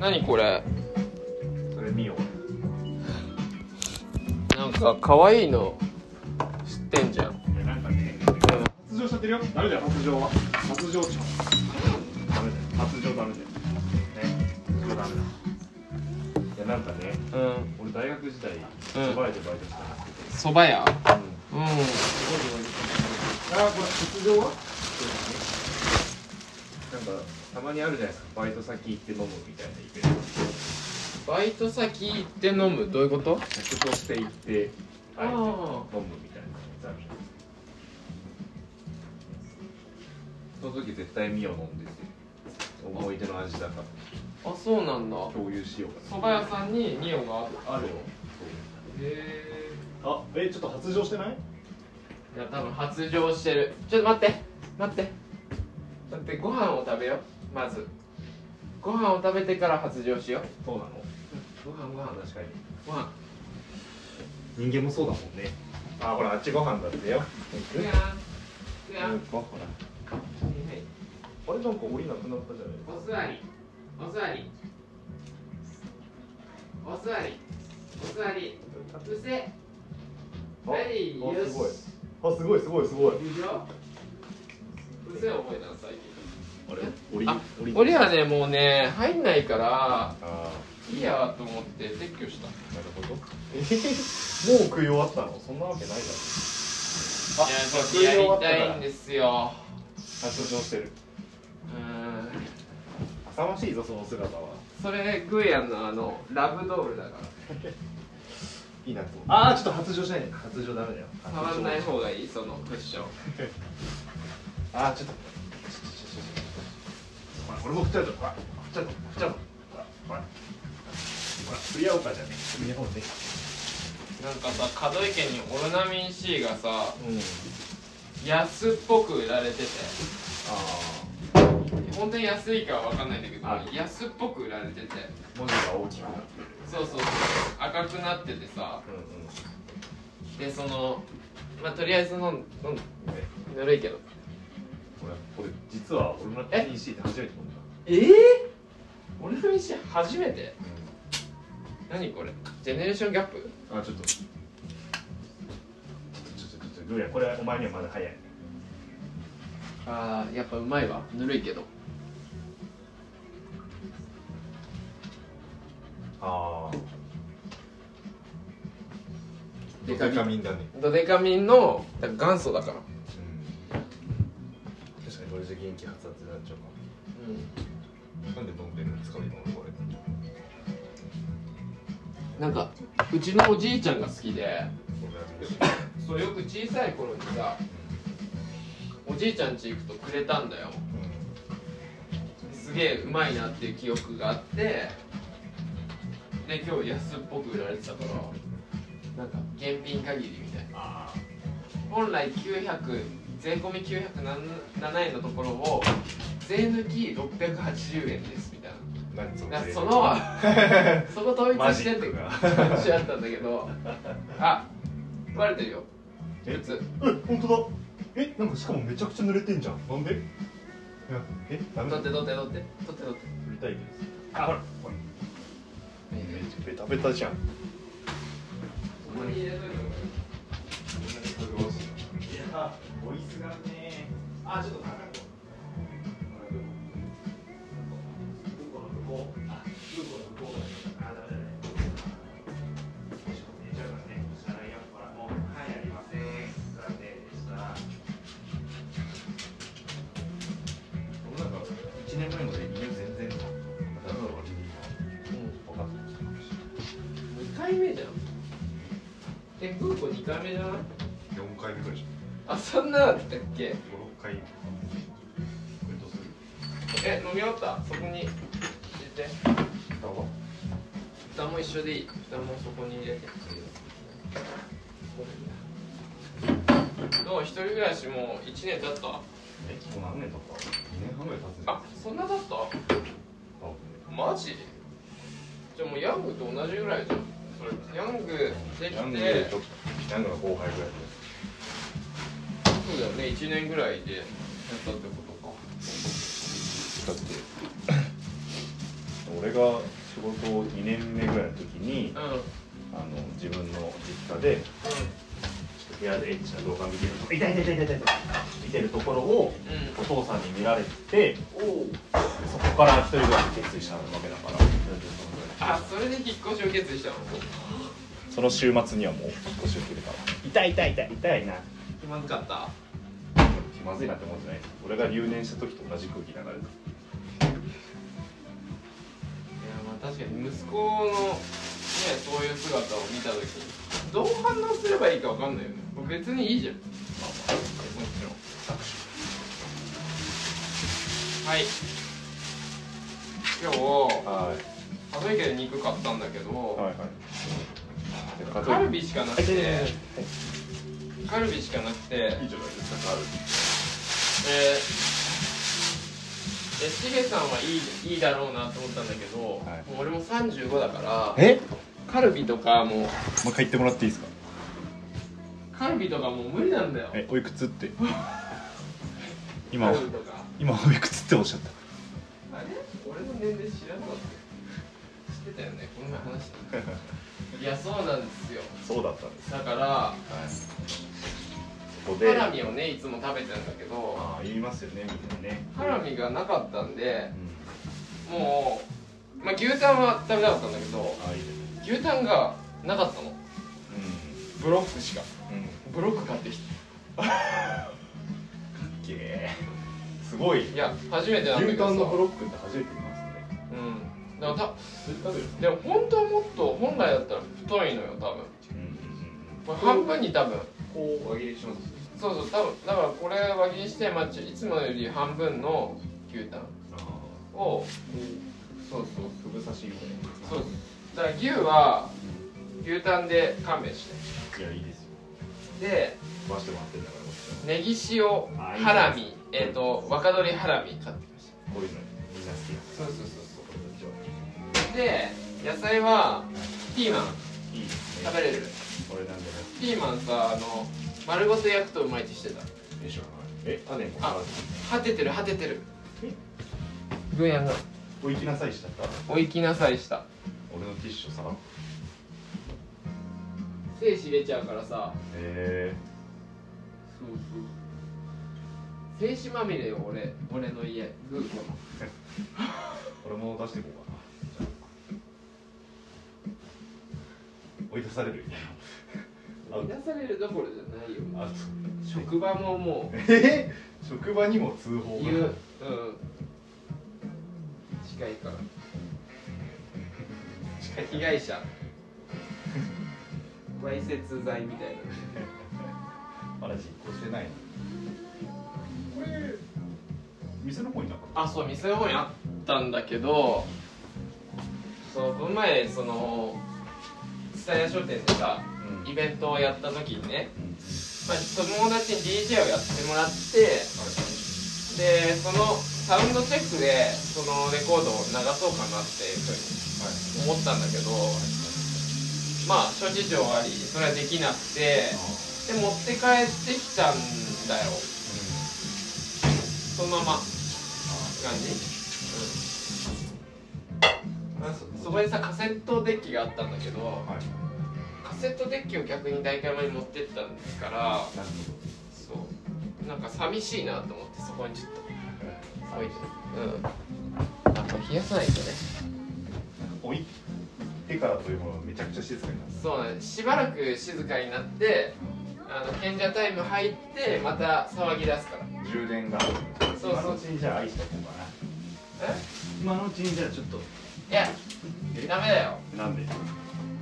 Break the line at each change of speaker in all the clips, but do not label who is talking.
何これ
それ見よ
なんか可愛いの知ってんじゃん
ういやなんかね発情しちゃってるよダメだよ発情は発情ちダメだよ発情ダメだよね発情ダメだいやなんかね
うん
俺大学時代そば屋でバイトしてたんです
そば屋
けど、うん
うん
あーこれ出場はなんかたまにあるじゃないですかバイト先行って飲むみたいなイベント
バイト先行って飲むどういうこと
客として行って
あ
あえ
ー
て飲むみたいなやつあるじゃないですかその時絶対ミオ飲んでて思い出の味だから
あそうなんだ
共有しようか
そば屋さんにミオが
な
ある
よ
へ
あえちょっと発情してない
えいや多分発情してるちょっと待って待って待ってご飯を食べようまずご飯を食べてから発情しよう
そうなの
ご飯ご飯
確かに
ご飯
人間もそうだもんねあほらあっちご飯だって
い
よ
やいや
うんほらあれなんか檻なくなったじゃない
お座りお座りお座りお座り伏せ
あ
はい
あ
よし
すごいあすごいすごいすごい
いくよ伏せ覚えたの最近
あれ檻
あ
檻
俺はねもうね入んないから
あ
いいやと思って撤去した
ーなるほどもう食い終わったのそんなわけないだろ
いやちょっとやりたいんですよ
発情してる
うーん
浅ましいぞその姿は
それグーヤンのあのラブドールだから
いいなとああちょっと発情しないで発情ダメだよ
触んない方がいいそのクッション
ああちょっとちょちょちょちょちょほら俺も食っちゃうぞほら食っちゃうぞ食っちゃうぞほらほらほら食い合おうかじゃね食い合おうね
なんかさ門池にオルナミン C がさ
うん
安っぽく売られてて
あ
本当に安いかは分かんないんだけ
はい
ど安っぽく売られてて
あ文字が大きくなって
そうそうそう赤くなっててさ
る
でそのまあとりあえず飲ん飲ん
うんうんね
ぬるいけど
俺これ実は俺の PC で初めて飲んだ
ええオルナミン C 初めて何これジェネレーションギャップ
あちょっとちょっとちょっとちょっとグーヤこれはお前にはまだ早い
あーやっぱうまいわぬるいけど
ああ
デカミ
ミンだね
ドデカミンのだから元祖だから
うん確かにこれじゃ元気発達になっちゃう
う
かなんで飲んでるんですか今俺これ
んなんかうちのおじいちゃんが好きで
俺は
そうよく小さい頃にさおじいちゃん家行くとくれたんだよすげえうまいなっていう記憶があってで今日安っぽく売られてたからなんか現品限りみたいな
あ
本来900税込み907円のところを税抜き680円ですみたいな
あ何そ
だからその そこ統一してって
マジックが
感じだったんだけどあバレてるよ
え
普通
え本当だえなんかしかもめちゃくちゃ濡れてんじゃんなんでいやえダメ
取
だ
って取って取って取って取って
振りたいけどあほらほらめっちゃベタベタじゃん
ここに入れといてもらう
いやボイスがねあちょっと高く1年前まで理由全然だから俺に今分かってきたかもし
2回目じゃんえグーコ2回目じゃない
れない4回目ぐらいじゃん
あそんなだったっけ
56回これどうする
え飲み終わったそこに入れて
蓋は
蓋も一緒でいい蓋もそこに入れてどう一人暮らしもう1年経った
えもう何年経った2年半ぐらい経つね
あそんな経った
多分ね
マジじゃあもうヤングと同じぐらいじゃんそれヤングできて
ヤ
そ
ン
う
グ
だ
でちょっとヤングの後輩ぐらい
よね1年ぐらいでやったってことか
でだって俺が交換できると痛い痛い痛い痛い痛い見てるところをお父さんに見られて
うんおう
そこから一人暮らし決意したわけだから
あそれで引っ越しを決意したの
その週末にはもう引っ越しを決めたわ痛い痛い痛い痛いな
気まずかった
気まずいなって思うんじゃない俺が留年した時と同じ空気流れてる
いやまあ確かに息子のねそういう姿を見た時にどう反応すればいいかわかんないよね別にいいじゃんも
まあ
ちろん
まあ握
はい今日
手はい
家族で肉買ったんだけど、
はいはい
カルビしかなく
はいはいはい
て
はい
カルビしかなくてで
いいじゃないですかカル
で
ビ
しげさんはいいいいだろうなと思ったんだけど、も
はいう
俺も35だから
え
カルビとかもう
もう一回言ってもらっていいですか
カルビとかもう無理なんだよ
えおいくつ って
カ
今
ルビとか
今おいくつっておっしゃった
あれ俺の年齢知らなかった知ってたよねこの前 話したいやそうなんですよ
そうだったんです
だから
はいそこ
ハ
で
ラミをねいつも食べてるんだけど
ああ言いますよねみんなね
ハラミがなかったんで
うん
もう、まあ、牛タンは食べなかったんだけど
ああいいですね
牛タンがなかったのブロックしか
うんうん
ブロック買ってきた
すっげえすごい
いや初めてなんだけ
牛
どさ
タンのブロックって初めて見ますね
うんだから
それ食べる
たでも本当はもっと本来だったら太いのよ多分
うん
これ半分に多分
こう輪切りします
そうそう多分だからこれ輪切りして、まあ、ちいつもより半分の牛タン
ああ
をそうそう
ふぐ刺しみたいな
そうだから牛は牛タンで勘弁し
いやいいですよ
てで
回してもらってんだからこっちは
ネギ塩ハラミえっ、と若鶏ハラミ買ってきまし
こういうのみんな好き
たそうそうそう
そうこっちは
そうで野菜はピーマン
いいですね
食べれる
これなんでも
ピーマンさあの丸ごと焼くとうまいってしてた
でしょえ種も
あ果ててる果ててる
え
グヤが
お行きなさいしちゃった
お行きなさいした
俺のティッシュさ
精子入れちゃうからさ
へ
そうそう精子まみれよ俺俺の家グーコの
え俺も出していこうかなじゃあ追い出されるよあ
追い出されるどころじゃないよ
あそう
職場ももう
えー、職場にも通報
言ううん近いから
近い
被害者 わいせつ罪みたいな
まだ実行してないのこれ店の方になかっ
あそう店の方にあったんだけどそうこの前その蔦屋書店でさ
たうん
イベントをやった時にね、
うん
まあ、友達に DJ をやってもらって
あれ
でそのサウンドチェックでそのレコードを流そうかなっていうふう
はい
に思ったんだけどまあ諸事情ありそれはできなくてで持って帰ってきたんだよそのままって感じうんあそそこにさカセットデッキがあったんだけど
はい
カセットデッキを逆に大会前に持ってったんですから
なるほど
そうなんか寂しいなと思ってそこにちょっと
は
置
い
いてうんやっぱ冷やさないとね
おい手からというものめちゃくちゃ静かになる
そうねしばらく静かになってあの賢者タイム入ってまた騒ぎ出すから
充電が
そう
今のうちにじゃあ愛しておこうかな
え
今のうちにじゃあちょっと
いやダメだよ
なんで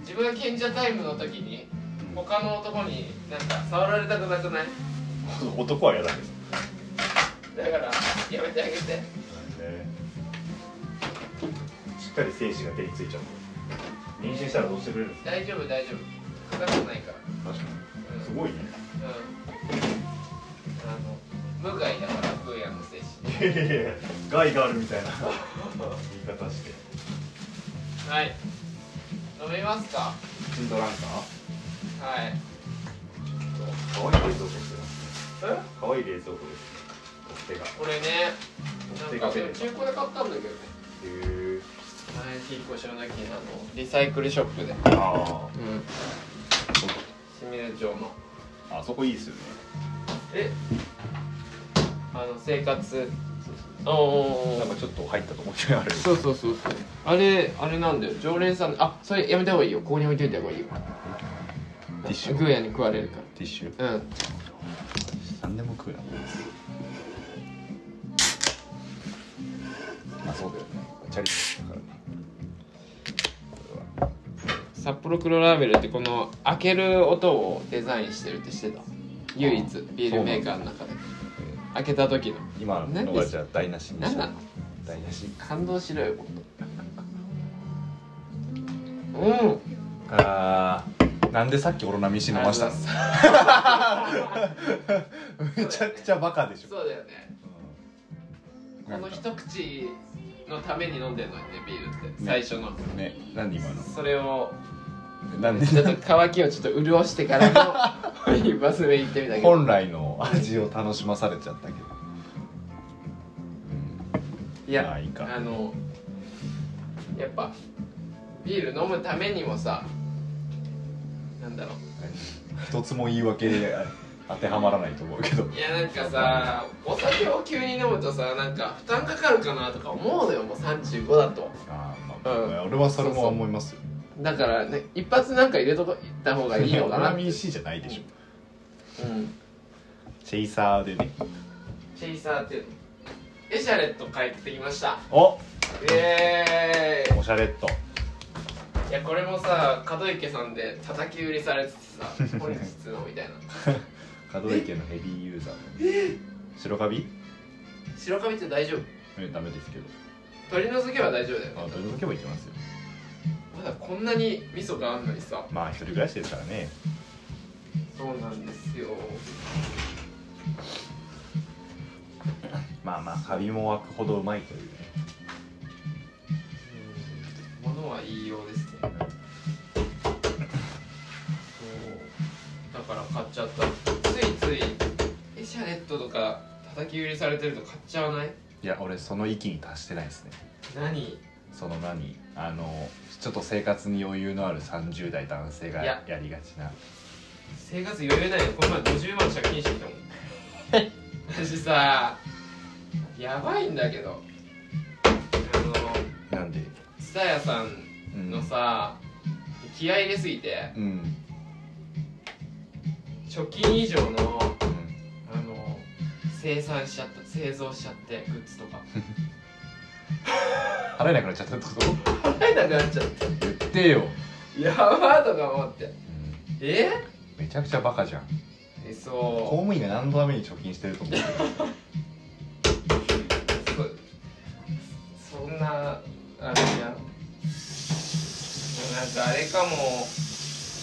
自分が賢者タイムの時に他の男になんか触られたくなくない
男は嫌だけど
だからやめてあげて
ねしっかり精子が手についちゃう妊娠したらどうしてくれるんです
大丈夫大丈夫かかってないから
か確か
うん
すごいね
うんあの無害だからブーヤンの精神
いやいやいや害があるみ たいな言い方して
はい飲みますか
チンドラン
はい
カーかわい
え
い冷蔵庫してますかわいい冷蔵庫ですね取っ手が
これね
取っ手
なん
が
か
出
中
る
古で買ったんだけどね
へー
前引っ越しの時にあのリサイクルショップで
あ
うん清水町の
ああそこいいですよね
えあの生活
そう
おーおーおー
なんかちょっと入ったと思っちゃうあれ
そうそうそうそうあれあれなんだよ常連さんあそれやめた方がいいよここに置いといた方がいいよ
ィッシュ
グーヤに食われるか
ティッシュ
らうん
何でも食うなまあそうだよねチャリティーだからね
札幌黒ラベルってこの開ける音をデザインしてるってしてた唯一ビールメーカーの中で開けた時の
今のがじゃあ台無しにし
何
た
なの
台無し
感動しろよ うん
あーなんでさっきオロナミン C 飲ましたのめちゃくちゃバカでしょ
そうだよねこ
なん
の
か
一口のために飲んでるのにねビールって、
ね
最初の
ね何今の
それを
なん
ちょっ
で
と乾きをちょっと潤してからの 一発目行ってみたけど
本来の味を楽しまされちゃったけど
い
まあいいか
あのやっぱビール飲むためにもさなんだろ
一つも言い訳で当てはまらないと思うけど
ういやなんかさお酒を急に飲むとさなんか負担かかるかなとか思うのよもう35だと
あー、
うん
まあ、俺はそれも思いますよ
だから、ね、一発なんか入れとこ行った方がいいの
オ
か
ロ
な
ナ
う
ミン C じゃないでしょ
ん
チェイサーでね
チェイサーっていうのエシャレット帰ってきました
お
イエー
おしゃれっと
イいやこれもさ門池さんで叩き売りされててさ本日のみたいな
門池のヘビーユーザーの白カビ
白髪って大丈夫
えダメですけど
取り除けば大丈夫だよね
あ取り除けばいけますよ
まだこんなに味噌があんのにさ
まあ一人暮らしですからね
そうなんですよ
まあまあカビも湧くほどうまいというね
ものは言いようですねそうだから買っちゃったついついエシャレットとか叩き売りされてると買っちゃわない
いや俺その域に達してないですね
何い
その何あのちょっと生活に余裕のある30代男性が
いや
やりがちな
生活余裕ないよこの前50万借金してきたもん私さやばいんだけどあの
なんで
蔦屋さん
うん
のさ、気合い入れすぎて
うん、うん
貯金以上のあの生産しちゃった製造しちゃってグッズとか
払えなくなっちゃったってこと
払えなくなっちゃって
言ってよ、
やばーとか思って
うん
え
めちゃくちゃバカじゃん
え
公
そ
務員が何のために貯金してると思う
うすごいそんなあれじゃんもうなんかあれかも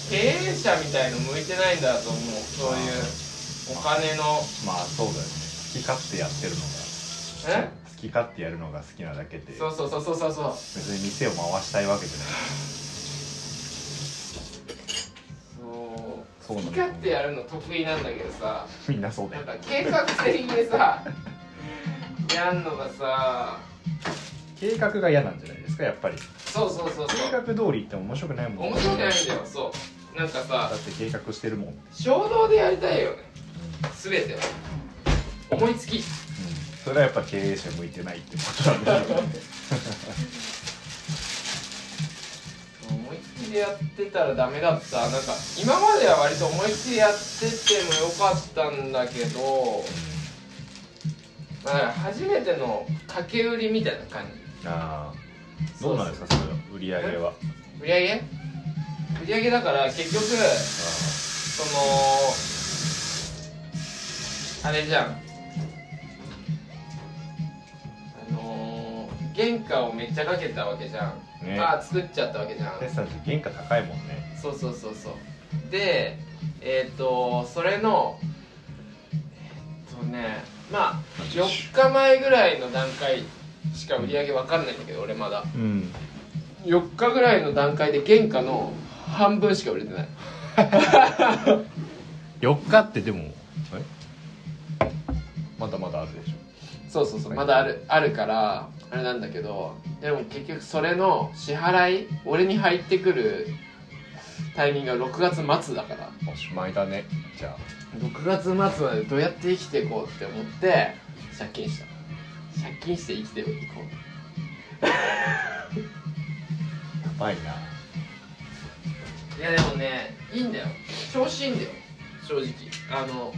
経営者みたいの向いてないんだと思うそういうお金の
まあそうだよね好き勝手やってるのが
え
好き勝手やるのが好きなだけで
そうそうそうそうそうそう
別に店を回したいわけじゃない
そ
そう
う好
なんだ
き勝手やるの得意なんだけどさ
みんなそうだ
なん
よ
か計画的にさ やんのがさ
計画が嫌なんじゃないですかやっぱり
そうそうそう
計
そう
画通り行っても面白くないもん
面白くないんだよそうなんかさ
だって計画してるもん、うん、
衝動でやりたいよね全ては思いつき
それはやっぱ経営者向いてないってことなんだ ろうね
思いつきでやってたらダメだったなんか今までは割と思いつきでやっててもよかったんだけどまあ初めての掛け売りみたいな感じ
ああどうなんですかそれの売り上げは
売り上げ売り上げだから結局
あ
そのあれじゃんあのー原価をめっちゃかけたわけじゃん、
ね
ああ作っちゃったわけじゃ
ーテ
ん
スさんって原価高いもんね
そうそうそうそうでえっ、とそれのえっ、とねまあ4日前ぐらいの段階しか売り上げわかんないんだけど俺まだ
うん
4日ぐらいの段階で原価の半分しか売れてない
4日ってでもえまだまだあるでしょ
そうそうそう
はい
まだあるあるからあれなんだけどでも結局それの支払い俺に入ってくるタイミングが6月末だから
おしまいだねじゃ
6月末までどうやって生きていこうって思って借金した借金して生きていこう
あやばいない
やでもねいいんだよ調子いいんだよ正直あの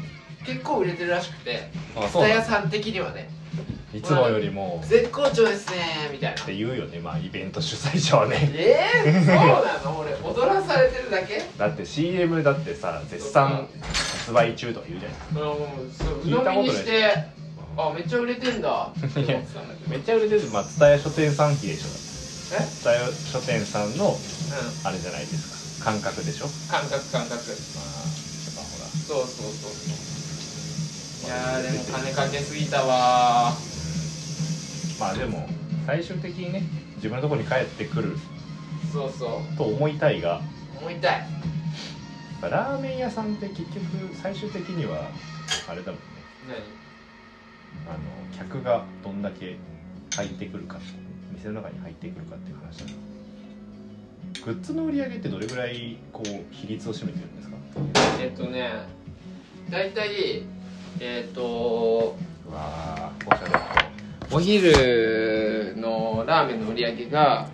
結構売れてるらしくて
あそ
蔦
うな
屋
んだ
さん的にはね
いつもよりもっ
絶好調ですねみたいな
て言うよねまあイベント主催者はね
えー、そうなの俺踊らされてるだけ
だって CM だってさ絶賛発売中とか言うじゃない
あのもうそう
聞いたこと
鵜
ない
呑みにしてあめっちゃ売れてんだ って思ってたんだけど
めっちゃ売れてるまあ蔦屋書店さん期でし
え
ょ蔦屋書店さんの
う
あれじゃないですか感覚でしょ
ん感覚感覚
まあやっぱほら
そうそうそうそういやーでも金かけすぎたわー
まあでも最終的にね自分のところに帰ってくる
そうそ
と思いたいが
う思いたい
ラーメン屋さんって結局最終的にはあれだもんねあの客がどんだけ入ってくるか店の中に入ってくるかっていう話だなグッズの売り上げってどれぐらいこう比率を占めてるんですか
何えっとね大体えっ、と
うわーおしゃれだ
お昼のラーメンの売り上げが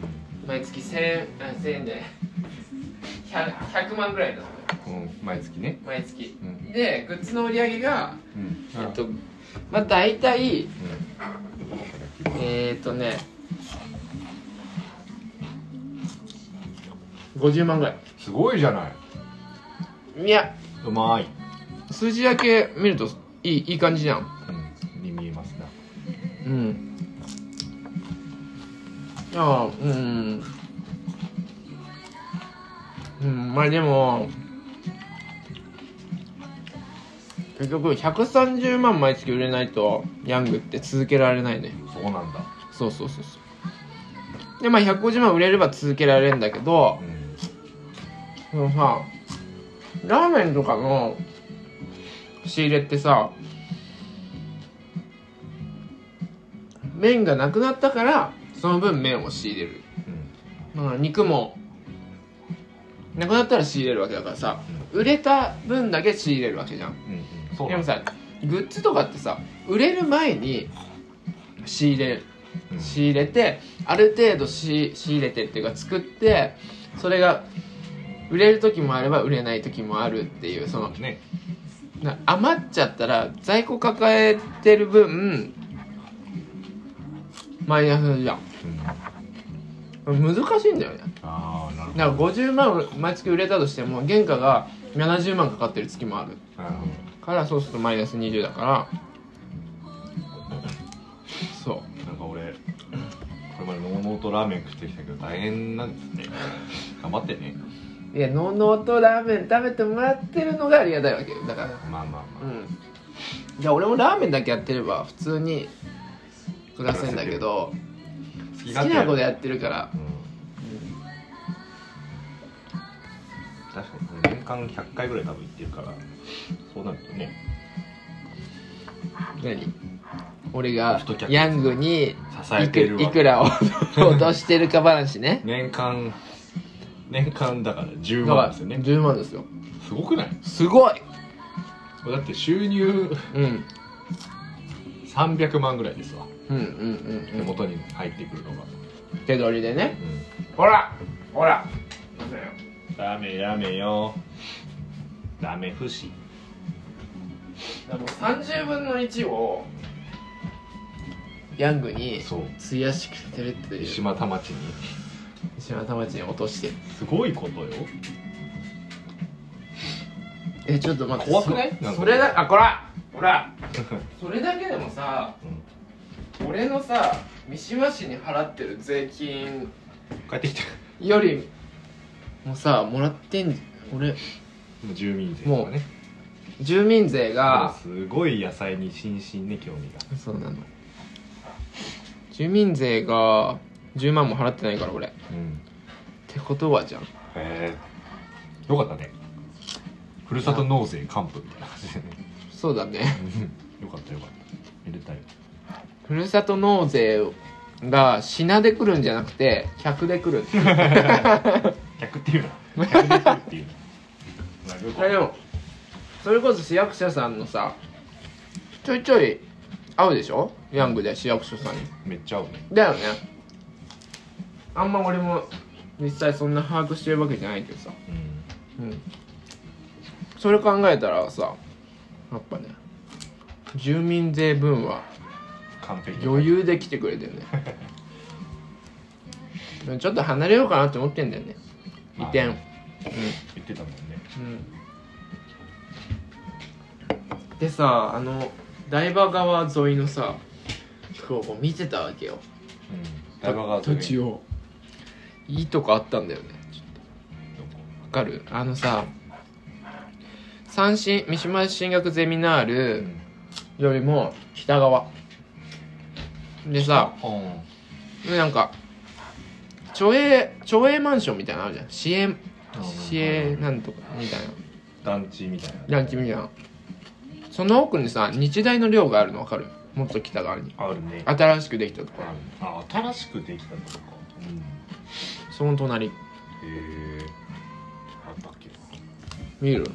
毎月1000あ1000円で 100, 100万ぐらいなのよ
うん毎月ね
毎月
うん
でグッズの売り上げが
うん
えっとまあ大体
う
えー、っとね50万ぐら
んすごいじゃない
いいや
うまい、
数字だけ見るといいいい感じじゃん
うん、に見えますな
うんいやうんうんまあでも結局130万毎月売れないとヤングって続けられないね
そうなんだ
そうそうそうそうでまあ150万売れれば続けられるんだけど
うん
そのさラーメンとかの仕入れってさ麺がなくなったからその分麺を仕入れる
うん
まあ肉もなくなったら仕入れるわけだからさ売れた分だけ仕入れるわけじゃん
うんうんそう
で
なん
も
だ
さグッズとかってさ売れる前に仕入れ
うん
仕入れてある程度し仕入れてっていうか作ってそれが売れる時もあれば売れない時もあるっていうその
ね
な余っちゃったら在庫抱えてる分マイナスじゃん
うん
難しいんだよね
ああなる
だから50万毎月売れたとしても原価が70万かかってる月もある
ほどなるほど
からそうするとマイナス20だからそ
なんか俺これまでノーノーとラーメン食ってきたけど大変なんですね頑張ってね
ういやのんのんとラーメン食べてもらってるのがありがたいわけよだから
まあまあま
うんいや俺もラーメンだけやってれば普通に暮らせんだけど
あ好
好きなこと
や
やってるから
うん確かに年間100回ぐらい多分行ってるからそうなるとね
何俺
ソ
が
フトキャッチ
ヤングに
支え
い
てる
くいくらを 落としてるか話ね
年間年間だから10
だか
万
ら
ですよね
10万ですよ
すごくない
すごい
だって収入
うん
300万ぐらいですわ
うんうん
手
うんうん
元に入ってくるのが、
手取りでね
うん、
ほらほら
ダメダメよダメ不死
だからもう30分の1をヤングに
そう
費やしてるっていう
石又町に
島田町に落として
すごいことよ
えちょっと待って
怖くない
そ
なんか
それだあこらこ らそれだけでもさ、俺のさ三島市に払ってる税金
帰ってきた
よりもさもらってん俺
もう住民税とかね
住民税が
すごい野菜に心身ね興味が
そうなの住民税が10万も払ってないから俺っ
うん
てことはじゃん
へえよかったねふるさと納税還付みたいな感じでね
そうだね
よかったよかっためでたいわ
ふるさと納税が品で来るんじゃなくて客で来る
逆っていうな100で来るっていう
あれでもそれこそ市役所さんのさちょいちょい会うでしょヤングで市役所さんに
めっちゃ合うね
だよねあんま俺も実際そんな把握してるわけじゃないけどさ
うん
うんそれ考えたらさやっぱね住民税分は
完璧
余裕で来てくれてるねちょっと離れようかなって思ってんだよね移転
まあ言ってたもんね
うんでさあの台場川沿いのさこう見てたわけよ
うん
た
台場川沿い
土地をいいとこあったんだよねちょっとわかるあのさ三振三島進学ゼミナー
う
ル
ん
よりも北側でさ
うん
でなんか町営町営マンションみたいなのあるじゃん市営市営なんとかみたいな
団地みたいな
ランキングじゃんその奥にさ日大の寮があるの分かるもっと北側に
あるね
新しくできたところ
あ新しくできたとこかうん
その隣
へえあったっけ
見る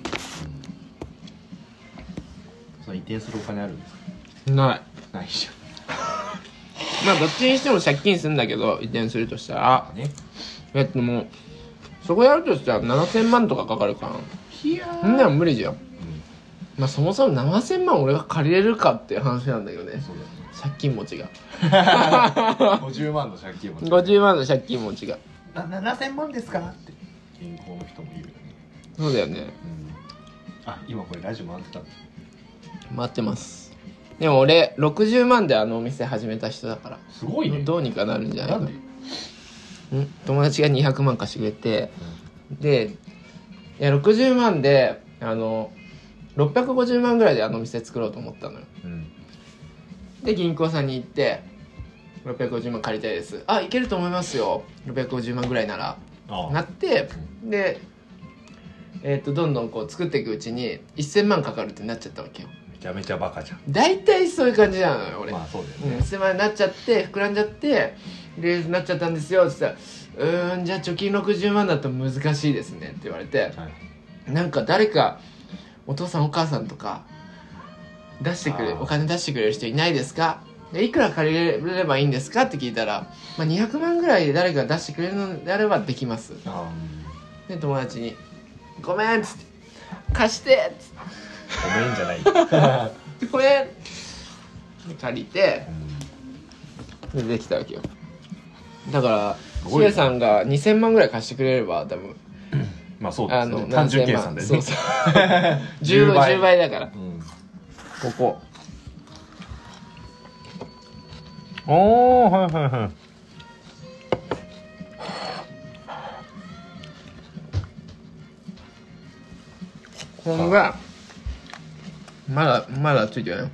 その移転するお金あるんですか
ない
ないじ
まあどっちにしても借金するんだけど移転するとした
ゃ
ら
んね
えっともうそこやるとしたら7000万とかかかるから
いや
そんなん無理じゃん、まあそもそも7000万俺が借りれるかっていう話なんだけどね
そう
借金持ちが
だ50万の借金も
50万の借金持ちが
7000万ですかって銀行の人も言うよね
そうだよね
うんあ今これラジオ回ってたんです
待ってますでも俺60万であのお店始めた人だから
すごいね
どうにかなるんじゃない
な
か
んで
ん友達が200万貸してくれて、でいや60万であの650万ぐらいであの店作ろうと思ったのよ
うん
で銀行さんに行って650万借りたいですあいけると思いますよ650万ぐらいなら
あ
なってでえっ、とどんどんこう作っていくうちに1000万かかるってなっちゃったわけよ
めちゃめちゃバカじゃん
大体そういう感じなのよ俺、
まあそうだよ
う
ね
ん、狭になっちゃって膨らんじゃってでなっちゃったんですよって言ったら「うーんじゃあ貯金60万だと難しいですね」って言われて
はい
なんか誰かお父さんお母さんとか出してくれ
あー
お金出してくれる人いないですかでいくら借りれればいいんですかって聞いたら、まあ、200万ぐらいで誰か出してくれるのであればできます
あ
で友達に「ごめん」っつって「貸して」っつっ
ーごめんじゃない
て「ごめん」で借りて
う
でできたわけよだから
す
シ
ごいね
エさんが2000万ぐらい貸してくれれば多分
んまあそうで
あ
す
の
ね単純計算で
何千
ね
万 そうそう 10,
10
10倍
倍
だから
うん
ここ
おおはいはいはい
ここがまだまだついてないよ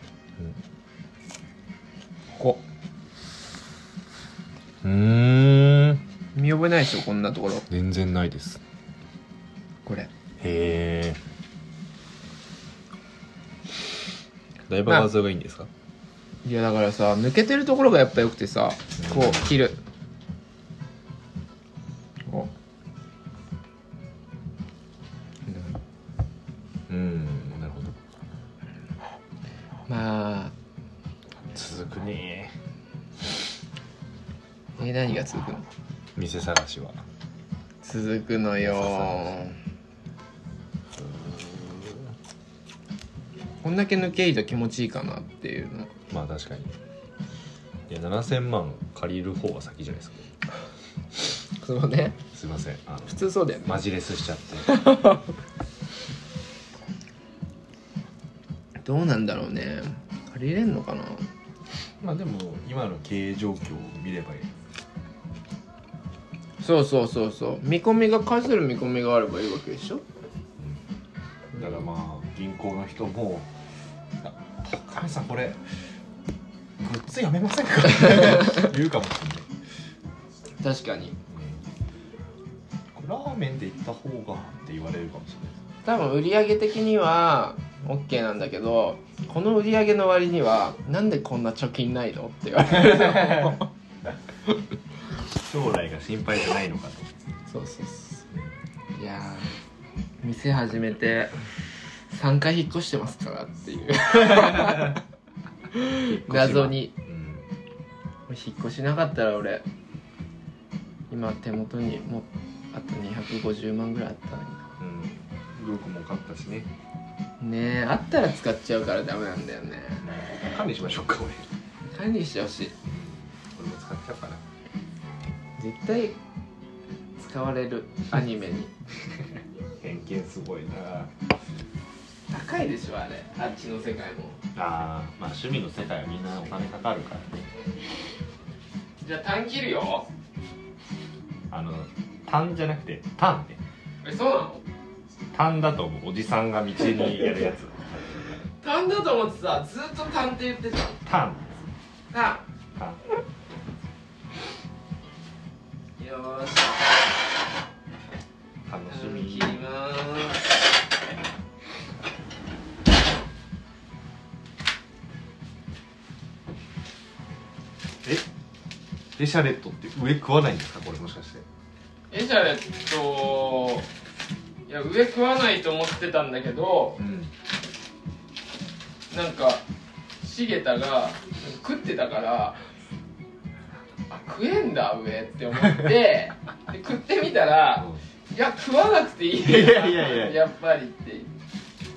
ここ
うーん
見覚えないでしょこんなところ
全然ないです
これ
へえだいぶ
まあ
画像がいいんですか
いやだからさ抜けてるところがやっぱ良くてさこう切るこ
うんなるほど
うまあ
続くね
え何が続くの
店探しは
続くのよこんだけ抜けいいと気持ちいいかなっていうの
まあ確かにいや7000万借りる方が先じゃないですか
そうね
すいませんあの
普通そうだよね
マジレスしちゃって
どうなんだろうね借りれんのかな
まあでも今の経営状況を見ればいい
そうそうそうそう見込みが返せる見込みがあればいいわけでしょ
だからまあ銀行の人もあ「高橋さんこれグッズやめませんか?」 言うかもしれない、
確かに
うん、ラーメンで行った方がって言われるかもしれないです
多分売り上げ的には OK なんだけどこの売り上げの割にはなんでこんな貯金ないのって言われる
将来が心配じゃないのかと
そうそうそういやー店始めて3回引っ越してますからっていう謎に
うん
引っ越しなかったら俺今手元にもうあと250万ぐらいあったの
うん動くも買ったしね
にねえあったら使っちゃうからダメなんだよね
管理しましょうか俺
管理してほしい
俺も使っちゃおうかな
絶対使われるアニメに
偏見すごいな
高いでしょあれあっちの世界も
あーまあ趣味の世界はみんなお金かかるからね
じゃあ単切るよ
あの単じゃなくて単ね
えそうなの
単だと思うおじさんが道にやるやつ
単だと思ってさずっと単って言ってた
単
単
単
よーし
楽し
単
み
切りまーす
エシャレットって上食わないんですかこれもしかして
エシャレットいや上食わないと思ってたんだけど
うん
なんか茂田が食ってたからあ食えんだ上って思ってで食ってみたらいや食わなくていいない
やいやいや
やっぱりって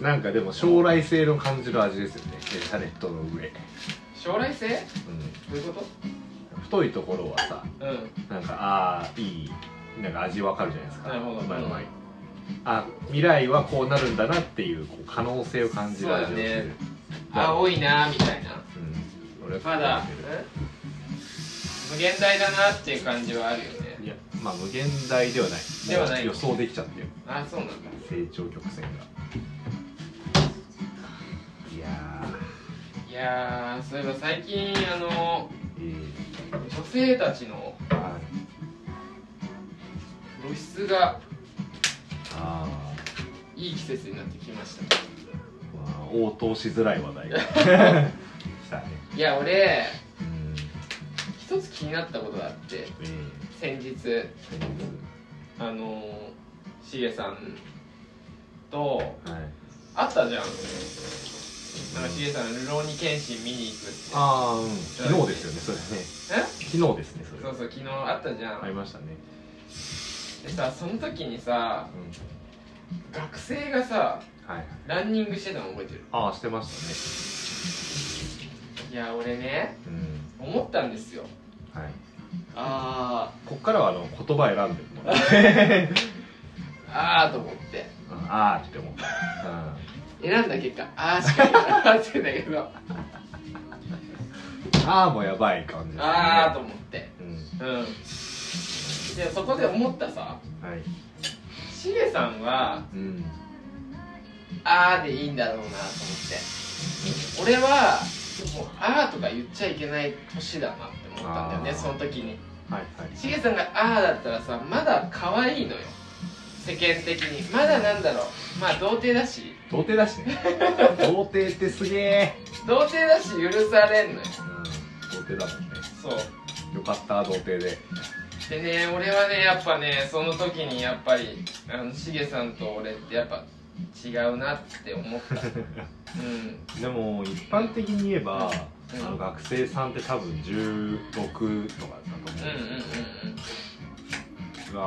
なんかでも将来性の感じる味ですよねエシャレットの上、
将来性
う
どういうこ
ん、太いところはさ
とうん
なんかああいいなんか味わかるじゃないですか
なるほど
うまいうまい
うん
あ未来はこうなるんだなっていうこう可能性を感じる味をして
そうだ
る
ね青いなみたいな
うん俺は
まだ無限大だなっていう感じはあるよね
いやまあ無限大ではない
ではない
もう予想できちゃってる
あそうなんだ
成長曲線がいや
いやーそういえば最近あの
ーえ
女性たちの
ー、はい
露出が
あ
いい季節になってきました
ーまあ応答しづらい話題が来たね
いや俺
うん
一つ気になったことがあって
え
先
ー
日あのーしげさんと
はい
会ったじゃんなんかしげさん「浪に剣心見に行く」って
ああ、うん、昨日ですよね、それね。
え
昨日ですね、それ。
そうそう昨日会ったじゃん、
ありましたね。
でさその時にさ
うん、
学生がさ
はい。
ランニングしてたの覚えてる
ああ、してまし
いや俺ね
たね。うん、
思ったんですよ
はい。
あ
こっからはあの言葉選んでもらう。
ーあーと思って
うんああって思った。うん
選んだ結果あーしか言わなかったんだけど
ああもやばい感じですね。
あーと思って
うん、
うんでそこで思ったさ
はい。
しげさんは
うん。
あーでいいんだろうなと思って俺はもうあーとか言っちゃいけない年だなって思ったんだよね
あー
その時に
はいはい。
しげさんがあーだったらさまだ可愛いのよ世間的にまだなんだろうまあ童貞だし
童貞だしね。童貞ってすげえ。
童貞だし許されんのよ
うん。童貞だもんね。
そう
よかった童貞で。
でね俺はねやっぱねその時にやっぱりあのしげさんと俺ってやっぱ違うなって思った うん
でも一般的に言え
うん
ば、あの学生さんって多分16とかだと思うんです
うん
け
うん
ど。
うんうん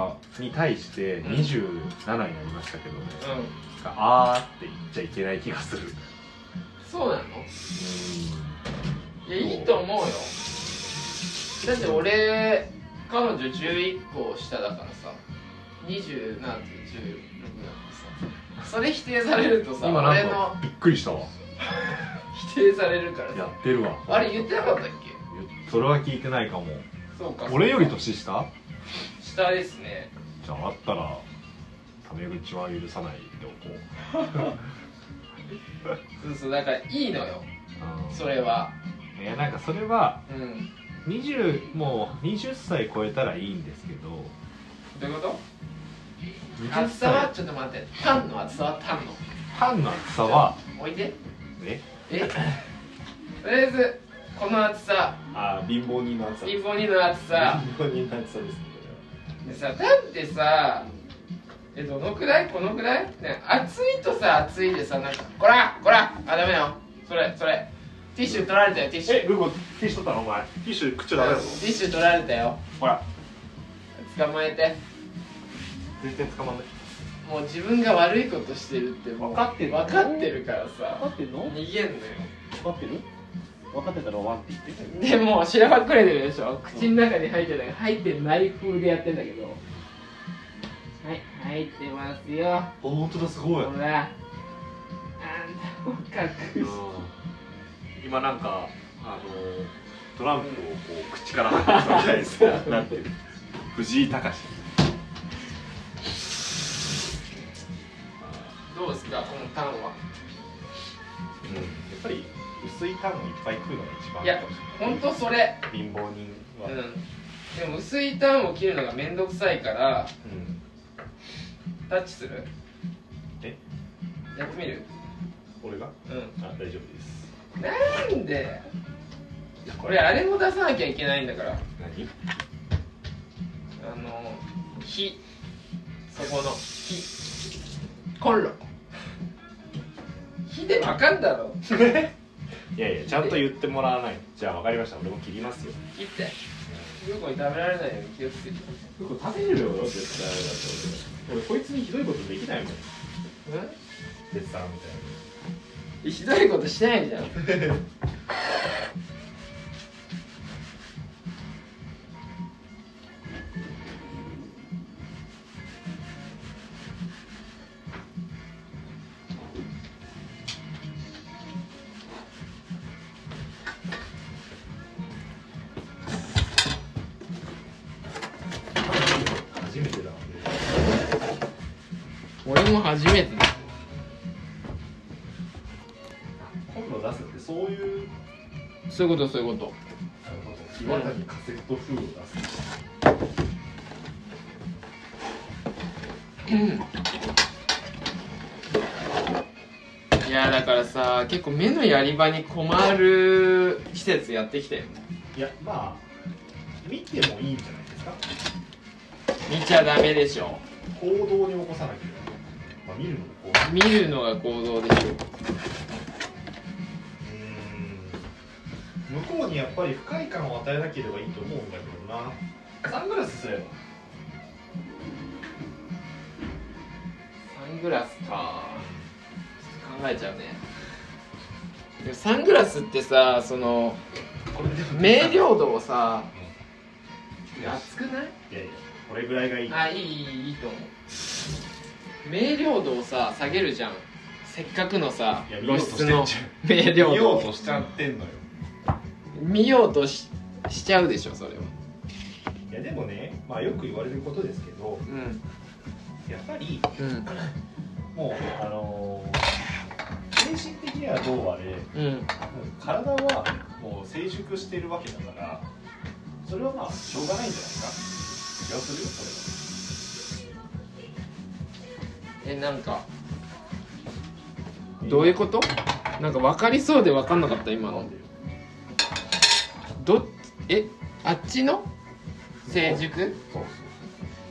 がに対して
うん
27になりましたけどね、
うん
あーって言っちゃいけない気がする
そうなの
う
いやいいと思うよだって俺彼女11個下だからさ27と16だからさそれ否定されるとさ
ん今
俺
なん
の
かびっくりしたわ
否定されるから
や
さ
ってるわ
あれ言ってなかったっけ
それは聞いてないかも
そうか
俺より年下
下ですね
じゃああったらタメ口は許さないでおこう
そうそうだからいいのよそれは
うんいやなんかそれは
うん
20もう20歳超えたらいいんですけど
どういうこと
20
厚さは
歳
ちょっと待ってタンの厚さはタンの
パンの厚さは
おいで
ね
えとりあえずこの厚さ
あー貧乏人の厚さ
貧乏人の厚さ
貧乏人の厚さですね
でさタンってさえどのくらいこのくらいね暑いとさ暑いでさなんかこらこらあダメよそれそれティッシュ取られたよティッシュ
えグーゴーティッシュ取ったのお前ティッシュ食っちゃダメだぞ
ティッシュ取られたよ
ほら
捕まえて
全然捕まんない
もう自分が悪いことしてるってもう
分かってる
分かってるから
分か
さ
ってるの
逃げんのよ
分かってる分かってたらワンって言ってる
でもうしらばっくれてるでしょ口の中に入ってない入ってない風でやってんだけどはい入ってますよ
本当だすご
ほらあんたを隠し
今なんかあのトランプをこう口から吐き出したいですねなんていう藤井隆
どうですかこのタンは
やっぱり薄いタンをいっぱい食うのが一番
いや
かもしれ
ほ
ない
んとそれ
貧乏人は、
うんでも薄いタンを切るのがめんどくさいから
うん
タッチする
え
やってみる
俺が
う
あ大丈夫です
んなんでこれあれも出さなきゃいけないんだから
何
あの火そこの火コンロ火でわかんだろ
いやいやちゃんと言ってもらわないじゃあ分かりました俺も切りますよ
切ってゆうこに食べられないように気をつけて
結構食べるよ絶対だって俺俺こいつにひどいことできないもん絶賛みたいな
うんひどいことしてないじゃん
初めてだ
俺も初めてだ
今度出すってそういう
そういうことそういうこと
岩谷カセット風を出す
いやだからさ結構目のやり場に困る季節やってきたよ
いやまあ見てもいいんじゃないですか
見ちゃダメでしょ
行動に起こさなきゃいけない、まあ、見るのもこう
見るのが行動でし
うーん向こうにやっぱり不快感を与えなければいいと思うんだけどなサングラスすれば
ょサングラスかちょっと考えちゃうねでもサングラスってさその
これでも
明瞭度をさ
いや
厚くない
いやいやこれぐらいがいい
あいいいいいいと思う明瞭度をさ下げるじゃんせっかくのさ
いや見よう
露
として
出
ん
の明
見
瞭度
ようとしちゃってんのよ
見ようとししちゃうでしょそれはい
やでもね、まあ、よく言われることですけど
うん
やっぱり
うん
もうあのー精神的にはどうあれもう
うん
体はもう成熟してるわけだからそれはまあしょうがないんじゃないか気がするよそれは。
えなんかどういうことなんか分かりそうで分かんなかった今のどっえあっちの成熟
そう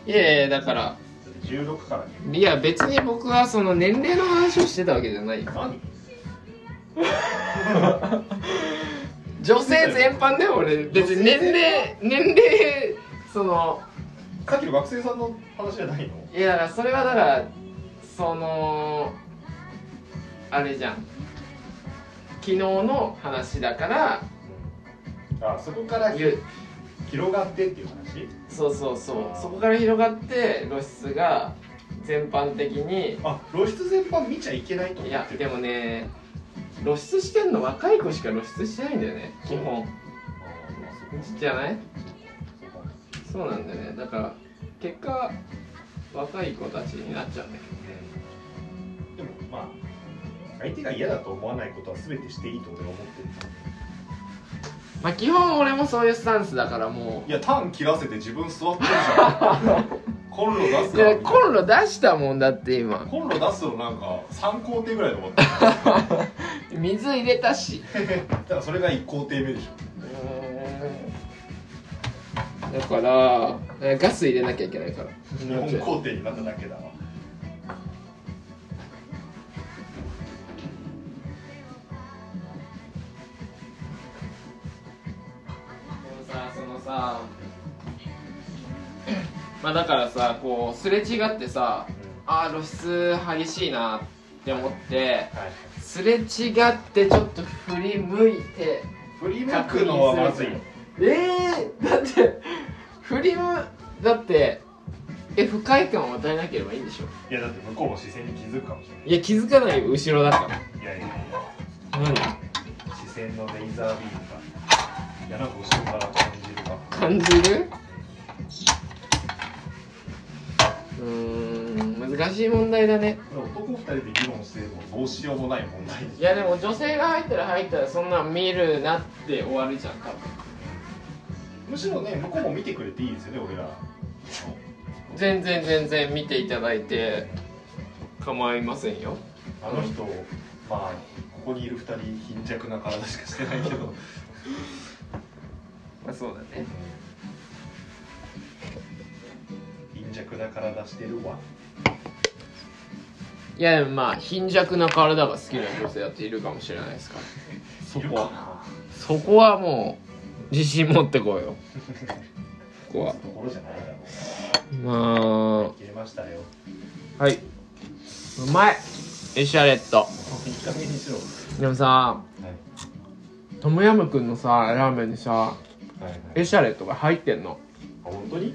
いやいやだから
そうだって16からね
いや別に僕はその年齢の話をしてたわけじゃないよ
何
女性全般で俺別に年齢年齢その
さっきの学生さんの話じゃないの
いやだからそれはだからそのあれじゃん昨日の話だから
あそこから
言う
広がってっていう話
そうそうそうそこから広がって露出が全般的に
あ露出全般見ちゃいけないと
い
思
や
ってる
でもね露出してんの若い子しか露出してないんだよね基本
あーまあそこ
じゃない
そこ
そうなんだよねだから結果若い子たちになっちゃうんだ
でもまあ相手が嫌だと思わないことは全てしていいと俺は思ってる
けどまあ基本俺もそういうスタンスだからも
いやタン切らせて自分座ってるじゃ んコンロ
う
出す
い
から
やコンロ出したもんだって今
コンロ出すのなんか3工程ぐらいで終わった
水入れたし
だからそれが1工程目でしょ
だからガス入れなきゃいけないから
4工程になっただけだわ
さまあだからさこうすれ違ってさあー露出激しいなって思って
はい
すれ違ってちょっと振り向いて
振り向くのはまずいよ
えー、だって振り向だってえ不快感を与えなければいいんでしょ
いやだって向こうも視線に気づくかもしれない
いや気づかないよ後ろだか
いやいやい
ら何
や視線のレイザービームがいやなんか後ろから感じるか
感じるうーん難しい問題だね
男二人で議論してもどうしようもない問題
いやでも女性が入ったら入ったらそんなん見るなって終わるじゃん多分
むしろね向こうも見てくれていいですよね俺ら
全然全然見ていただいて構いませんよ
あの人まあここにいる二人貧弱な体しかしてないけど
まあそうだね
貧弱な体してるわ
いやでもまあ貧弱な体が好きな女性だっているかもしれないですからそこはそこはもう自信持ってこいよここは
ところじゃないだろう
ま
切れましたよ
あはいうまいエシャレット
いい加減にしろ
でもさトムヤムくんのさラーメンにさ
はいはい
エシャレットが入ってんの
あ本当に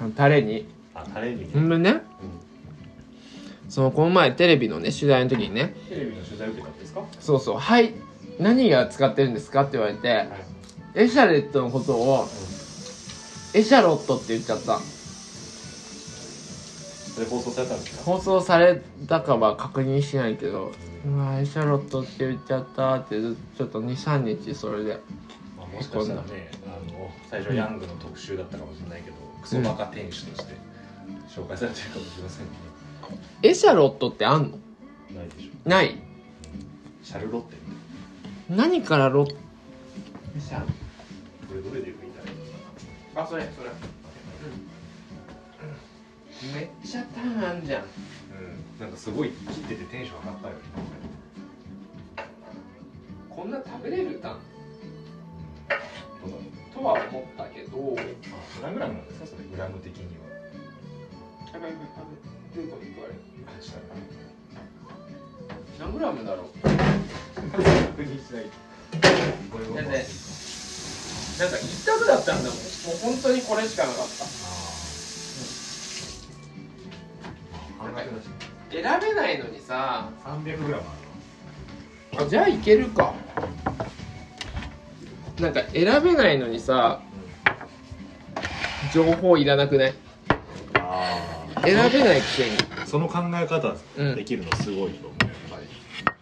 あのタレに
あタレに
ほんでね、そのこの前テレビのね取材の時にね
テレビの取材受けたんですかは
そうそう「はい何が使ってるんですか?」って言われてエシャレットのことをエシャロットって言っちゃった
それ放送されたんですか
放送されたかは確認してないけど「うわエシャロットって言っちゃった」ってずちょっと23日それで
まあ、もしかしたらねあの最初はヤングの特集だったかもしれないけど、クソバカ店主として紹介されてるかもしれませんね、
エシャロットってあんの
ないでしょ
ない
シャルロッテみた
何からロッ
いなこれどれで言うかいいんだろう
あそれそれめっちゃターンあんじゃん
うん、なんかすごい切っててテンション上がったよ
こんな食べれるタン
どうだろう
とは思ったけど
あ何グラムなんですかそれグラム的に は
やばいやばいやばいルーコに食われる
あしたら
何グラムだろう
確認しない
これは
だって
まあ
なんか一択だったんだもんもう本当にこれしかなかった
あー半額だし
選べないのにさ
300グラム
あじゃあいけるかなんか選べないのにさ情報いらなくない
ある
選べないくせに
その考え方
うん
できるのすごいと思う、やっぱ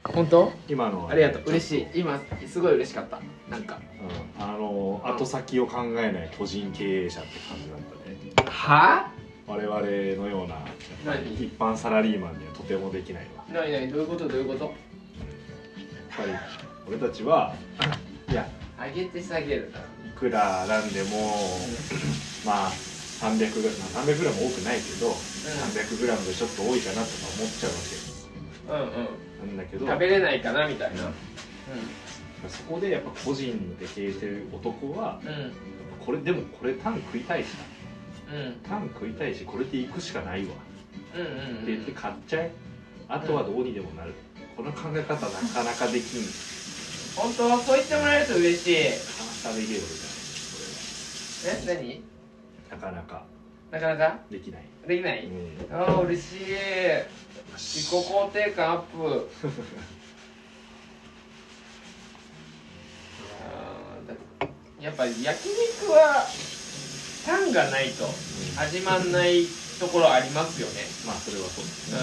り
本当
今のは
ありがとう嬉しい今すごい嬉しかったなんか
うん、あの後先を考えない個人経営者って感じだったね
は
我々のような
何
一般サラリーマンにはとてもできないわ
あなになにどういうことどういうこと
やっぱり俺たちはいや
上げて下げる
いくらなんでもまあ300グラムまあ300グラム多くないけど300グラムでちょっと多いかなとか思っちゃうわ
うんうん
けなんだけど
食べれないかなみたいな
そこでやっぱ個人で経営してる男は
うんうん
これでもこれタン食いたいし
うん
なタン食いたいしこれで行くしかないわ
うん
って
うんう
言って
ん
買っちゃえあとはどうにでもなる、この考え方なかなかできんな
本当はそう言ってもらえると嬉しいえ
かなかできることじゃ
何
ないこれはなかなか
なかなか
できない、
できな
う
い
ん、
ああ嬉しい自己肯定感アップあーだやっぱ焼肉はタンがないと始まんないところありますよね
まあそれはそうです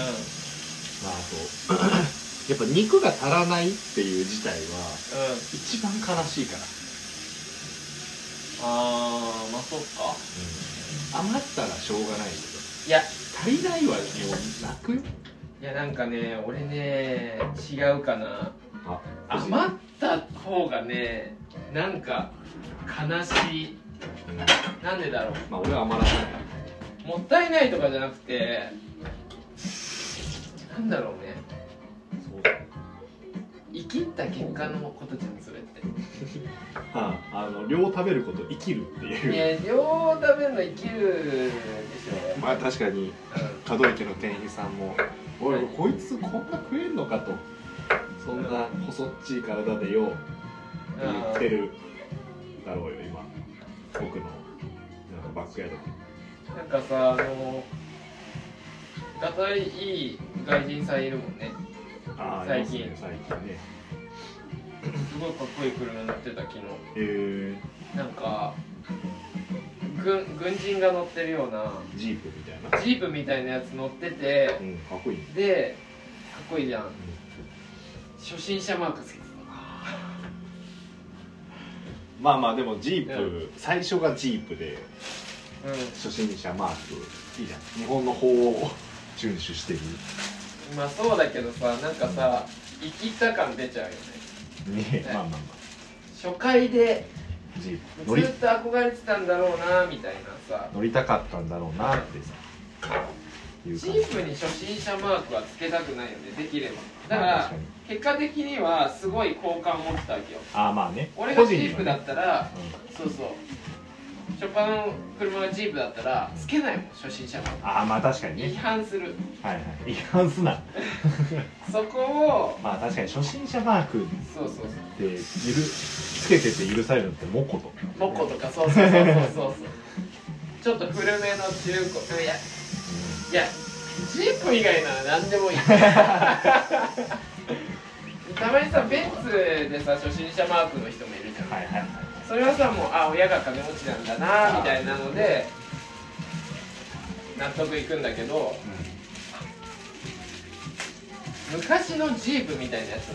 うん
ね、まああとやっぱ肉が足らないっていう事態は
うん
一番悲しいから、
あーまあそっか
余ったらしょうがないけ
いや
ど足りないはもう泣くよ
いやなんかね俺ね違うかな
あ
余った方がねなんか悲しいなんでだろ
まあ俺は余らせないう
もったいないとかじゃなくてなんだろうね
そう
一切った結果のことじゃんそれって
はあ、あの量食べること生きるっていう
いや量食べるの生きるでしょ
まあ確かに門池の店員さんも「おいこいつこんな食えんのか」と「そんな細っちい体でよ」って言ってるだろうよ今僕のなんかバックヤード
なんかさあのがたいいい外人さんいるもんね
ああ
最近
最近ね
すごいかっこいい車乗ってた昨日
え
なんか軍軍人が乗ってるような
ー、ジープみたいな、
ジープみたいなやつ乗ってて
うん、かっこいいね
でかっこいいじゃん初心者マークつけて
まあまあでもジープ、最初がジープで
たうん
初心者マークいいじゃん日本の法を遵守してる
まあそうだけどさなんかさ生きった感出ちゃうよね
ね
はい
まあまあま
初回で
あジー
ずっ
プ乗
と
り
憧れてたんだろうなみたいなさ
乗りたかったんだろうなってさいう
チ
感
ー
じ
プに初心者マークはつけたくないよねできればだか
まあ
ら
確かに
結果的にはすごい好感を持ってたわけよ
ああまあね
俺
個
がジ
人に
ー
は
プ
ね
だったら
うん
そうそう初版の車がジープだったらつけないもん初心者マー
ああまあ確かに
ク違
ね
反する
はいはい違反すな
そこを
まあ確かに初心者マークっ
そうそうそう
てゆるつけてて許されるのってモコと
モコとかそうそうそうそうそうちょっと古めの中古いやいやジープ以外なら何で もいいたまにさベンツでさ初心者マークの人もいるじゃん、
はいはいはい
それはさもうあ親が金持ちなんだなみたいなので納得いくんだけど、昔のジープみたいなやつ、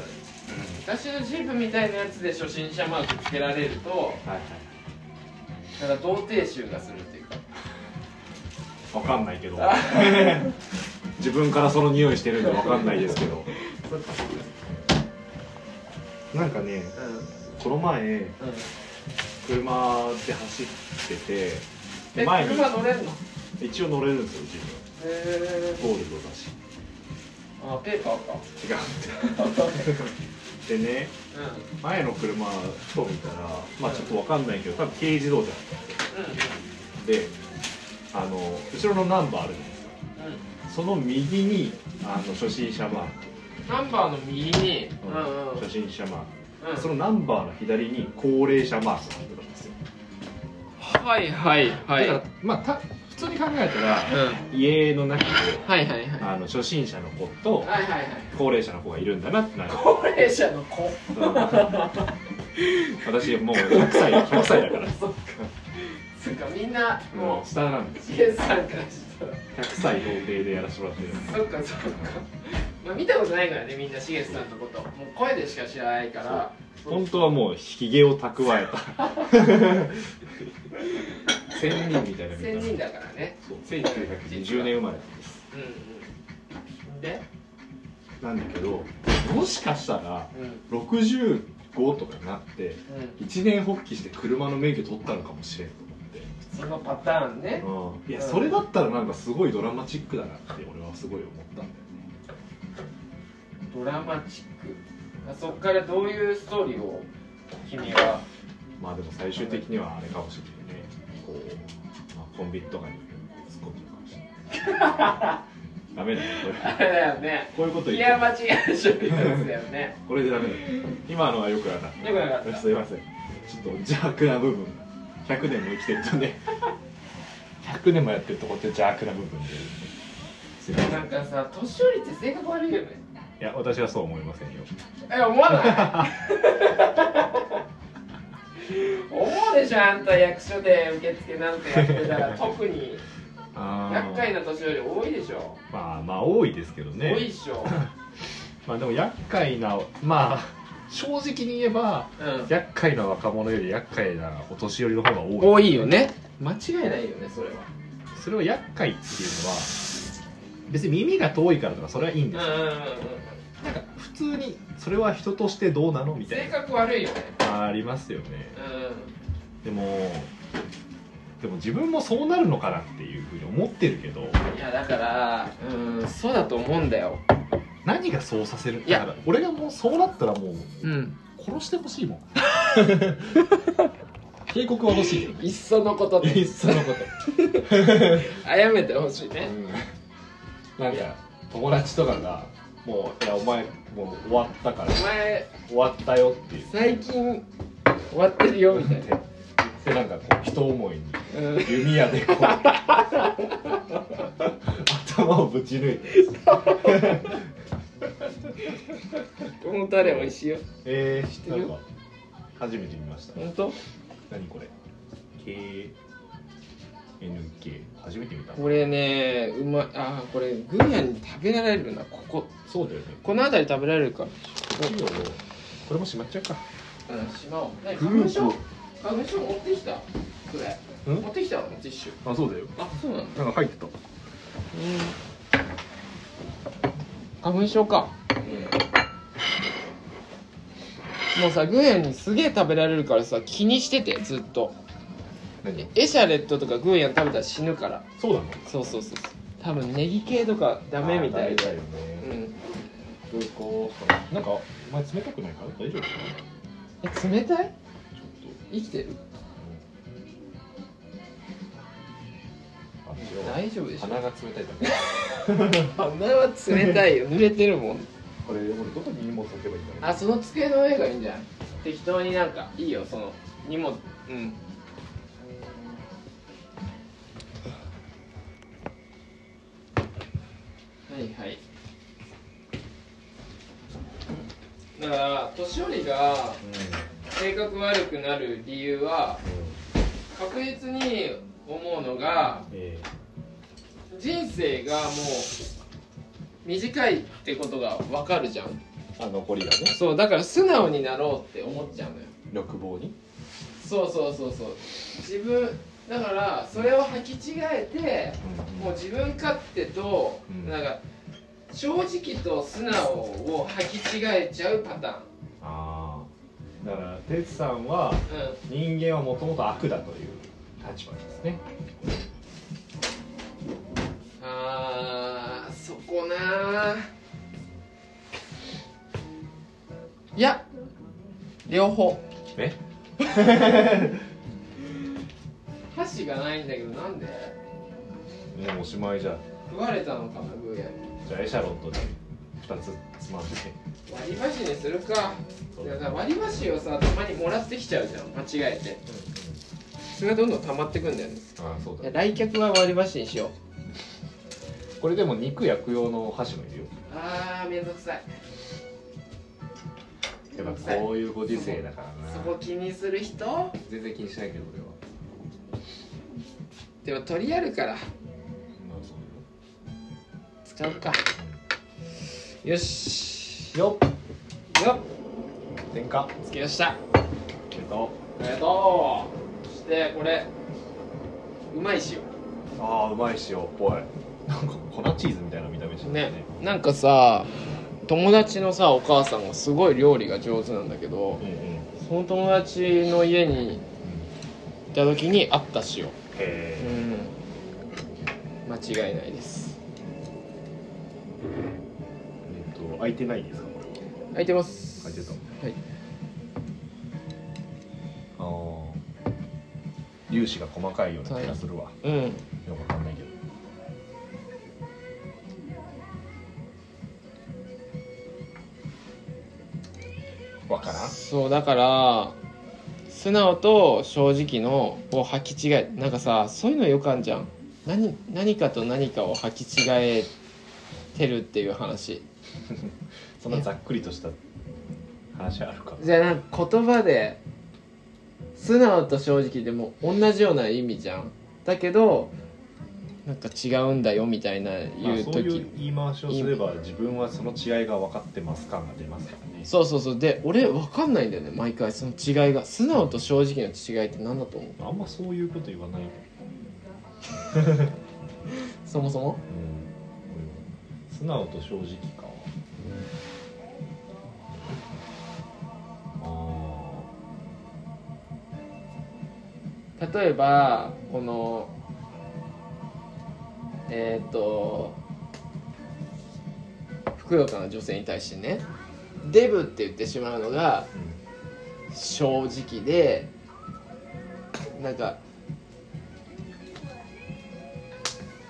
昔のジープみたいなやつで初心者マークつけられると
はいはい
なんか童貞臭がするっていうか
わかんないけど 自分からその匂いしてるんでわかんないですけどなんかね
うん
この前
うん
車で走ってて
え
で前に
車乗れんのへ
一応乗れるんですよ自
え
分ゴールドだし
あペーパーか
違 うでね
うんうん
前の車と見たらまあちょっとわかんないけど多分軽自動車であの後ろのナンバーあるじゃないですか
うん
その右にあの初心者マー
ナンバーの右に
ク、
うんうんうん
初心者マークそのナンバーの左に高齢者マークが入ってたんですよ、
はいはいは
だからまあた普通に考えたら
うん
家の中で
はいはいはい
あの初心者の子と
はいはいはい
高齢者の子がいるんだなってなる
高齢者の子
うん私もう100歳100歳だから、
そっかそっかみんな
も
も
う下なんです
うイエスさんからしたら
100歳童貞でやらせてもらってる
そっかそっかまあ見たことないからねみんなしげさんのこともう声でしか知らないから
本当はもうひげを蓄えた仙人みたいな見た
千
目
人だからね
そう1920年生まれなんです
うんうんで
なんだけどもしかしたら
うん
65とかになって
うん
一年発起して車の免許取ったのかもしれんと
そのパターンね
思って、うん、いや
うん
それだったらなんかすごいドラマチックだなって俺はすごい思ったんだよね
ドラマチックあそっからどういうストーリーを君は
まあでも最終的にはあれかもしれないねこう、まあ、コンビニとかに突っ込んでるかもしれないダメだよこれ
あれ だよね
こういうこと
い
言
や
って
間違いしょってやつだよね
これでダメだよ今のはよくなかっ
よくなかった
たすいませんちょっと邪悪な部分100年も生きてると ね100年もやってるとこって邪悪な部分ですいません
なんかさ年寄りって性格悪いよね
いや私はそう思いませんよ
え思わない思うでしょあんた役所で受付なんてやってたら特に
あ
厄介な年寄り多いでしょ、
まあまあ多いですけどね
多いっしょ
まあでも厄介なまあ正直に言えば
うん
厄介な若者より厄介なお年寄りの方が多い
多いよね間違いないよねそれは
それを厄介っていうのは別に耳が遠いからとかそれはいいん
うん
で
う
す
ん
よ、
うんうん
なんか普通にそれは人としてどうなのみた
性
い
格悪いよね
なありますよね
う
でもでも自分もそうなるのかなっていうふうに思ってるけど
んいやだからうんそうだと思うんだよ
何がそうさせる
いや
だから俺がもうそうなったらもう
うん
殺してほしいもん警告は欲しいけどね
いっそのこと
い
で
っそのこと
あやめてほしいね
うんなんか友達とかが「もういやお前もう終わったから
お前
終わったよ」って言っ
最近終わってるよみたいな
てでなんかこう人思いに
うん
弓矢で こう頭をぶち抜いて
本当あれ美味しいよ
えー、知
ってる
なんか初めて見ました
本当
何これ KNK 初めて見た
これねうまいあーこれグーヤに食べられるなここ
そうだよね
この辺り食べられるか
いいよこれもしまっちゃうか
うんしまおう何
グー
花
プ
粉症花粉症持ってきたこれ
ん
持ってきたのティッシュ
あそうだよ
あそうなのうん
なんか入ってた
花粉症かもうさグーヤンにすげえ食べられるからさ気にしててずっと
何
エシャレットとかグーヤン食べたら死ぬから
そうなの
そうそうそうそう多分ネギ系とかダメみたい
あ
で
ーダメだよね
うん
空港
なんかお前冷たくないから大丈夫かな
え冷たい
ちょっ
生きてる
とあじゃあ
大丈夫でしょ
鼻が冷たいだけ
鼻は冷たいよ濡れてるもん
これ俺どこに荷物置けばいいんだろう
あその机の上がいいんじゃない適当になんかいいよその荷物うんはいはいだから年寄りが性格悪くなる理由は確実に思うのが
え
人生がもう短いってことが分かるじゃん
あ残りがね
そうだから素直になろうって思っちゃうのよ
欲望に
そうそうそうそう自分だからそれを履き違えてもう自分勝手と
うん
なんか正直と素直を履き違えちゃうパタ
ああだから哲さんは
ーン
人間はもともと悪だという立場ですね
うんあーそこなーいや両方
え
箸がないんだけどなんで
もうおしまいじゃん
食われたのかなグーヤに
じゃあエシャロットで2つつまんで
割り箸にするかいやさ割り箸をさたまにもらってきちゃうじゃん間違えてそれがどんどん溜まってくんだよね
ああそう
い
だ
や来客は割り箸にしよう
これでも肉焼く用の箸もいるよ
あーめんどくさい
やっぱこういうご時世だから
そ
な
こ気にする人
全然気にしないけど俺は
でも取りあるから
まあそう
使うかよし
だよよ
よ
っ点火
っつけました
えっと
ありがとうそしてこれうまいしよ
ああうまい塩っぽいなんか粉チーズみたいな見た目してる
ねなんかさ友達のさお母さんがすごい料理が上手なんだけど
うんうんへ
その友達の家に行った時にあった塩う
え
ん間違いないです
えっと開いてないですかこれ
開いてます
開いてた
はい
はああ粒子が細かいような気がするわ
うん
よくわかんないけどわからん
そうだから素直と正直のを履き違えなんかさそういうのよくあんじゃん何何かと何かを履き違えてるっていう話
そんなざっくりとした話あるか
じゃあなんか言葉で素直と正直でも同じような意味じゃんだけどなんか違うんだよみたいな
まあ
言う
そうい
時
う言い回しをすれば自分はその違いが分かってます感が出ますからね
そうそうそうで俺分かんないんだよね毎回その違いが素直と正直の違いって何だと思う
あんまそういうこと言わないけど、
そもそも
うん、素直と正直かあ
例えばこのえっ、とふくよかな女性に対してねデブって言ってしまうのが正直でなんか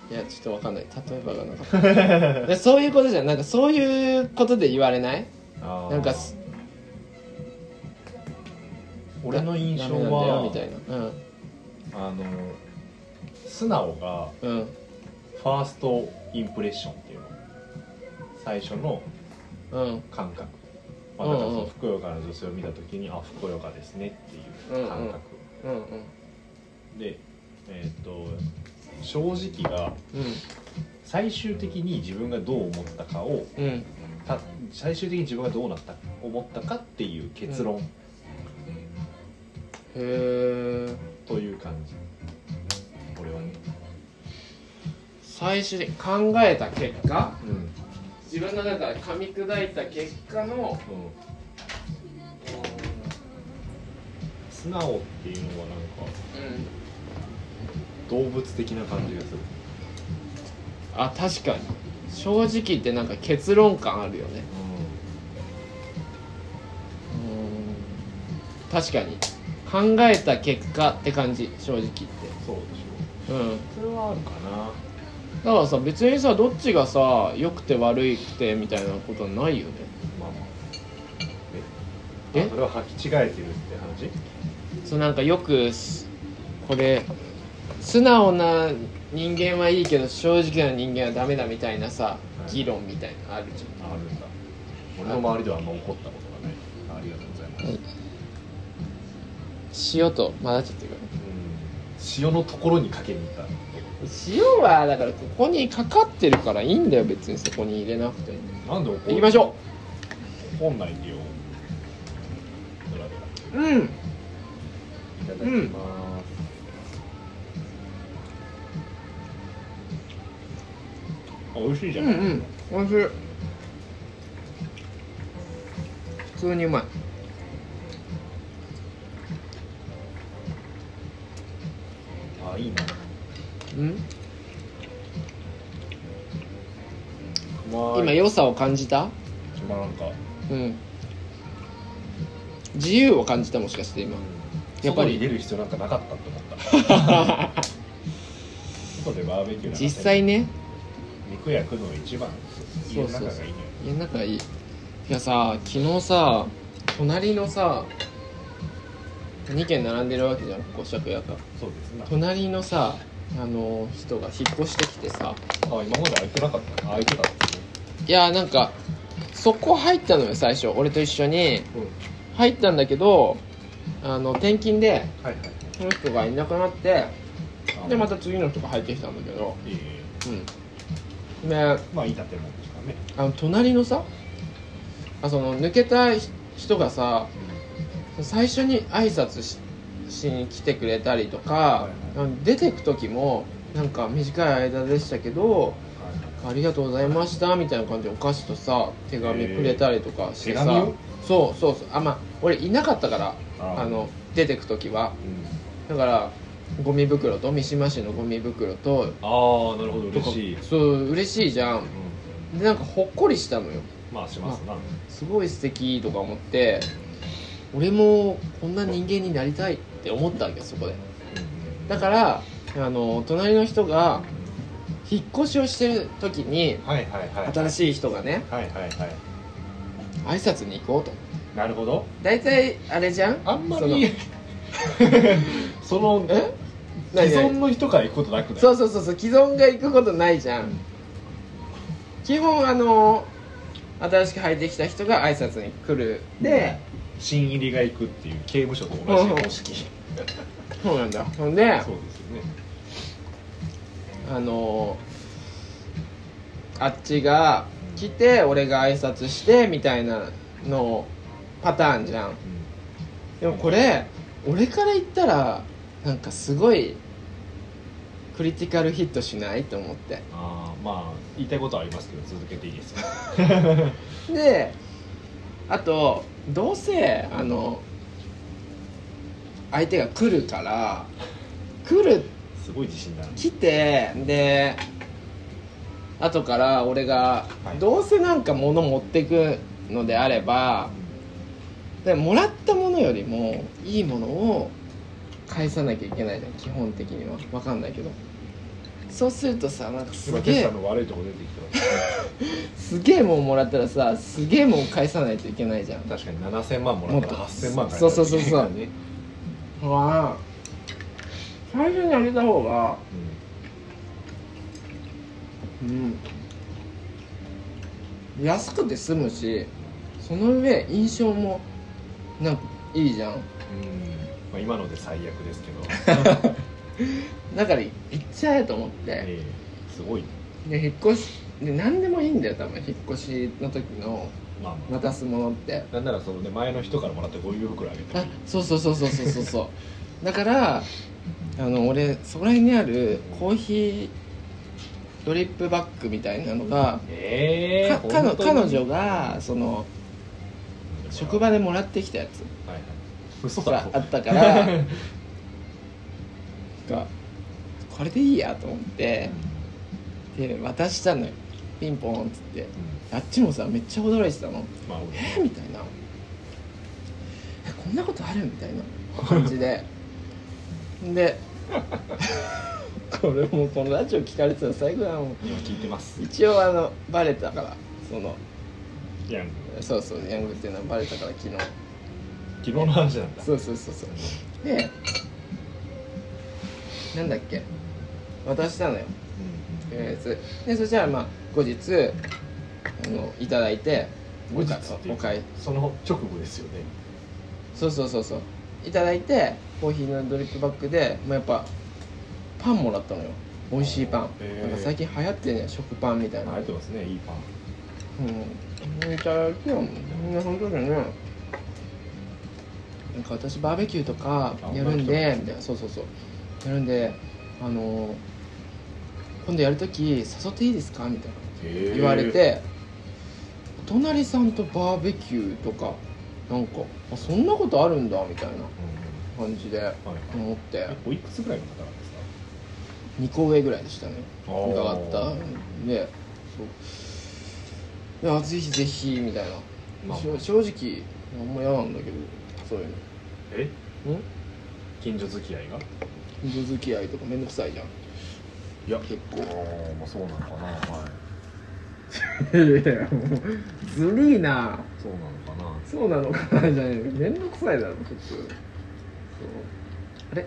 いやちょっとわかんない例えばがなか ったでそういうことじゃんなんかそういうことで言われない
あー
なんかす
俺の印象
ダメなんだよみた
はい
な
あの素直が
うんうん
ファーストインプレッションっていうの最初の
うん
感覚、まあ、だからそ
うんう
の
ん
ふくよかな女性を見た時にあふくよかですねっていう感覚、
うん
でえっ、と正直が
う
最終的に自分がどう思ったかを
んうん
た最終的に自分がどうなった思ったかっていう結論
へえ
という感じ、俺はね、
最終的に考えた結果
うんうん、
自分の中で噛み砕いた結果の
素直っていうのはなんか
うん
動物的な感じがする
あ確かに正直言ってなんか結論感あるよねうん確かに考えた結果って感じ正直言って
そうでし
うん
ょそれはあるかな
だからさ別にさどっちがさ良くて悪くてみたいなことはないよね
まあまあ
え
あそれは履き違えてるって話
そうなんかよくすこれ素直な人間はいいけど正直な人間はダメだみたいなさ
い
議論みたいなのあるじゃん
あるんだ俺の周りではあんま怒ったことがないありがとうございます、
はい塩と混ざっちゃってるから
塩のところにかけに行った
塩はだからここにかかってるからいいんだよ別にそこに入れなくても
なんで怒
行きましょ
う本来でよドラド
ううん
ラいただきます、あ美味しいじ
う
ゃ
ん
ない、
うんおいしい普通にうまい
あいいな
うん
うま
今
い
良さを感じた
今なんか
うん自由を感じたもしかして今や
や
っ
っ
ぱ
ぱ
り
り入れる必要なんかなかったと思った 外でバーベキューなんか
実際ね
肉焼くのが一番家の中がいいのよ
家の中いいいやさ昨日さ隣のさ2軒並んでるわけじゃん五尺屋が
そうですね
隣のさあの人が引っ越してきてさ
あ今まで開いてなかったあ開いてたんですね
いやなんかそこ入ったのよ最初俺と一緒に入ったんだけどあの転勤で
はいはい
その人がいなくなって
あ
でまた次の人が入ってきたんだけど
いいいい
うんで
まあいい建物ですからね
あの隣のさあその抜けた人がさ最初に挨拶ししに来てくれたりとか、
はい
あの出てく時もなんか短い間でしたけどありがとうございましたみたいな感じでお菓子とさ手紙くれたりとかしてさ、
手紙を
そうそうそうあまあ俺いなかったから
あ
あの出てく時はだからゴミ袋と三島市のゴミ袋と
あーなるほど嬉しい、
とかそう嬉しいじゃんでなんかほっこりしたのよ
まあしますな、
すごい素敵とか思って俺もこんな人間になりたいって思ったわけよそこでだからあの隣の人が引っ越しをしてる時に
はいはいはい
新しい人がね
はいはいはい
挨拶に行こうと
なるほど
大体あれじゃん
あんまりその
そのえ
既
何
存
何
の人から行くことなくない
そうそうそうそう既存が行くことないじゃん、基本あの新しく入ってきた人が挨拶に来るで、
新入りが行くっていう刑務所と同じ方式、
そうなんだほんで
そうですよね
あのあっちが来て俺が挨拶してみたいなのパターンじゃんでもこれ俺から言ったらなんかすごいクリティカルヒットしないと思って
ああまあ言いたいことはありますけど続けていいですよ
であとどうせあの相手が来るから来る
すごい自信だな
来てで後から俺がどうせなんか物持ってくのであればでもらったものよりもいいものを返さなきゃいけないじゃん基本的には分かんないけどそうするとさなんかす
今
げ
決
え
算の悪いとこ出てきてます
すげえもんもらったらさすげえもん返さないといけないじゃん
確かに7000万もらったら
もっと
8000万返
そうそうそうそう
さなきゃいけないからね
あ最初にあげた方がうん安くて済むしその上印象もなんかいいじゃん
うんまあ今ので最悪ですけど
だから行っちゃえと思って
ええすごい
で引っ越しで何でもいいんだよ多分引っ越しの時の
まあま
渡すものって
あなんならそのね前の人からもらったゴミ袋あげて
あそうそうそうそうそうそうそうだからあの俺そこら辺にあるコーヒードリップバッグみたいなのが、
え
か彼女彼女がその職場でもらってきたやつ
はいはい嘘だ
が
ろ
あったからなんかこれでいいやと思ってで渡したのよピンポンっつってあっちもさめっちゃ驚いてたの
まあ
えみたいなえこんなことあるみたいな感じででこれもうこのラジオ聞かれてたら最後だもん
今聞いてます
一応あのバレたからその
いや
そうそうヤングっていうのはバレたから昨日
昨日の話なんだ
そうそうそうそうでなんだっけ渡したのよとりあえずでそしたらまあ後日あのいただいて
後日ってい
お
うか
買い
その直後ですよね
そうそうそうそういただいてコーヒーのドリップバッグで、まあ、やっぱパンもらったのよ美味しいパン、
へえ
なんか最近流行ってるね食パンみたいな、
ありがとうございますねいいパン
うんいただきよみんな本当だねなんか私バーベキューとかやるんでみたいなそうそうそうやるんであの今度やるとき誘っていいですかみたいな言われてお隣さんとバーベキューとかなんかあそんなことあるんだみたいな
うん
感じで
はい
思って
えおいくつぐらいの方なんですか
2個上ぐらいでしたね
おー
伺ったんでそういやぜひぜひみたいな、
まあ
しょ正直あんま嫌なんだけどそういうの
え近所付き合いが
人付き合いとかめんどくさいじゃん
いや
結構
構まあそうなのかなはい
ずるいな
そうなのかな
そうなのかなじゃないめんどくさいだろ普通そうあれ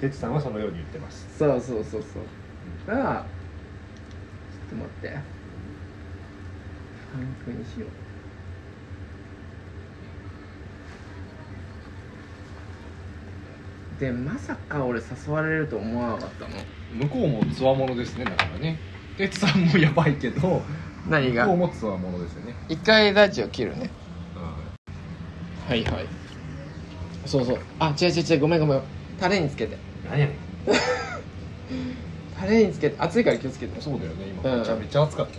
てつさんはそのように言ってます
そうそうそうそうがちょっと待ってパンクにしようでまさか俺誘われると思わなかったの
向こうもつわものですねだからね哲さんもやばいけど
何
向こうもつわものですよね
一回ラジオ切るねはいはいそうそうあ違う違う違うごめんごめんタレにつけて
何やねん
タレにつけて熱いから気をつけて
そうだよね
う
今
ん
めちゃめちゃ暑かったね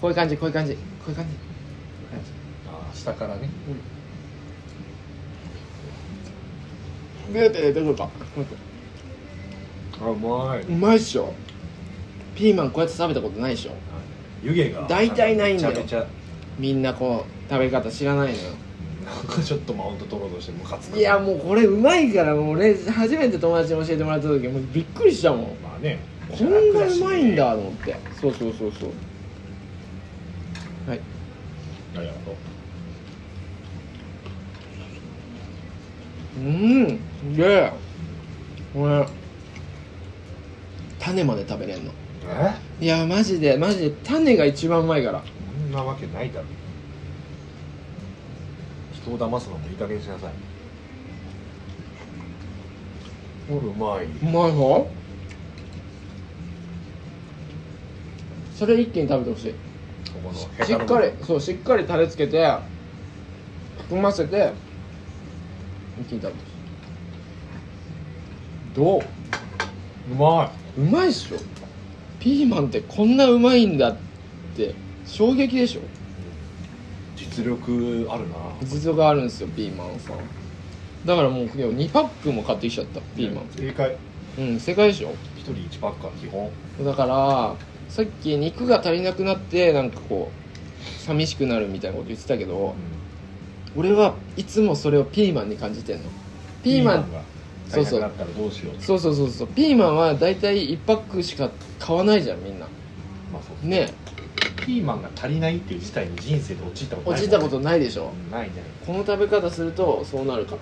こういう感じこういう感じこういう感じこういう感じ
あー下からね
出て出てか
あうまいう
まいっしょピーマンこうやって食べたことないでしょ
湯気が
大体ないんだよ
めちゃめちゃ
みんなこう食べ方知らないのよ
なんかちょっとマウント取ろうとしてムカつく
いやもうこれうまいからもう俺初めて友達に教えてもらった時もうびっくりしたもん
まあね
こんなうまいんだと思ってそうそうそうそうはい
ありがと
う
う
んでこれ種まで食べれんの
え
いやマジでマジで種が一番うまいから
そんなわけないだろ人を騙すのもいい加減にしなさいほらうまいう
まいぞそれ一気に食べてほしい
ここの
しっかりそうしっかりタレつけて含ませて一気に食べてほしいど
うま
ううまいっしょピーマンってこんなうまいんだって衝撃でしょ
い実力あるな
実があるんですよピーマンさんだからもう今日2パックも買ってきちゃったピーマン
正解
うん正解でしょ
一人一パックは基本
だからさっき肉が足りなくなってなんかこう寂しくなるみたいなこと言ってたけど、俺はいつもそれをピーマンに感じてんのピーマン
が
そうそう
足りなくなったらどうしよう
そうそうそうそうピーマンは大体1パックしか買わないじゃんみんな
まあそう
ね
ピーマンが足りないっていう事態に人生で陥ったことない
落ちたことないでしょ
うんないね
この食べ方するとそうなるか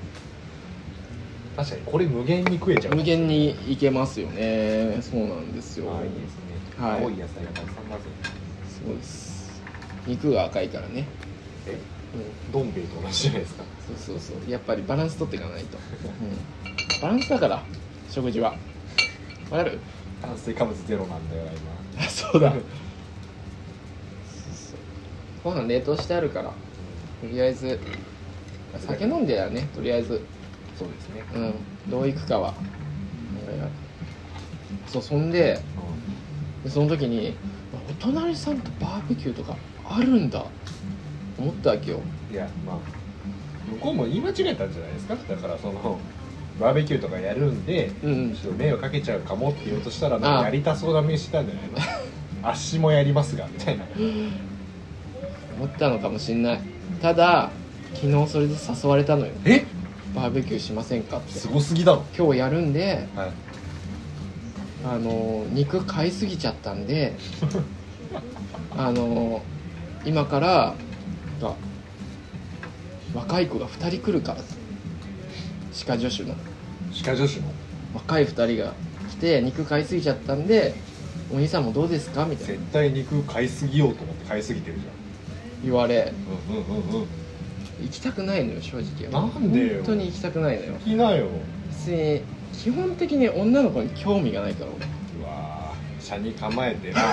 確かにこれ無限に食えちゃう
無限にいけますよねそうなんですよ
ああいいですね
はい
青い野菜がたくさんまず
そうです肉が赤いからね
どん兵衛と同じじゃないですか
そうそうそうやっぱりバランス取っていかないと、うんバランスだから食事はわかる
炭水化物ゼロなんだよな今
あそう だそうそうご飯冷凍してあるからとりあえず酒飲んでやねとりあえず
そうですね
うんどういくかはそうそんででその時にあお隣さんとバーベキューとかあるんだ思ったわけよ
いやまあ向こうも言い間違えたんじゃないですかだからそのバーベキューとかやるんで
うんうん
ちょっと迷惑かけちゃうかもって言おうとしたら
ああ
やりたそうな目してたんじゃないのあっしもやりますがみたいな
思ったのかもしんないただ昨日それで誘われたのよ
え
バーベキューしませんかって
すごすぎだろ
今日やるんで
はい
あの肉買いすぎちゃったんであの今からなんか若い子が2人来るから歯科助手の
歯科助手の
若い2人が来て肉買いすぎちゃったんでお兄さんもどうですかみたい
絶
な
対肉買いすぎようと思って買いすぎてるじ
言われ
ゃんうんうんうんうん
行きたくないのよ正直
なんでよ
本当に行きたくないのよ
行きなよ
別に基本的に女の子に興味がないから俺
うわー車に構えてなさ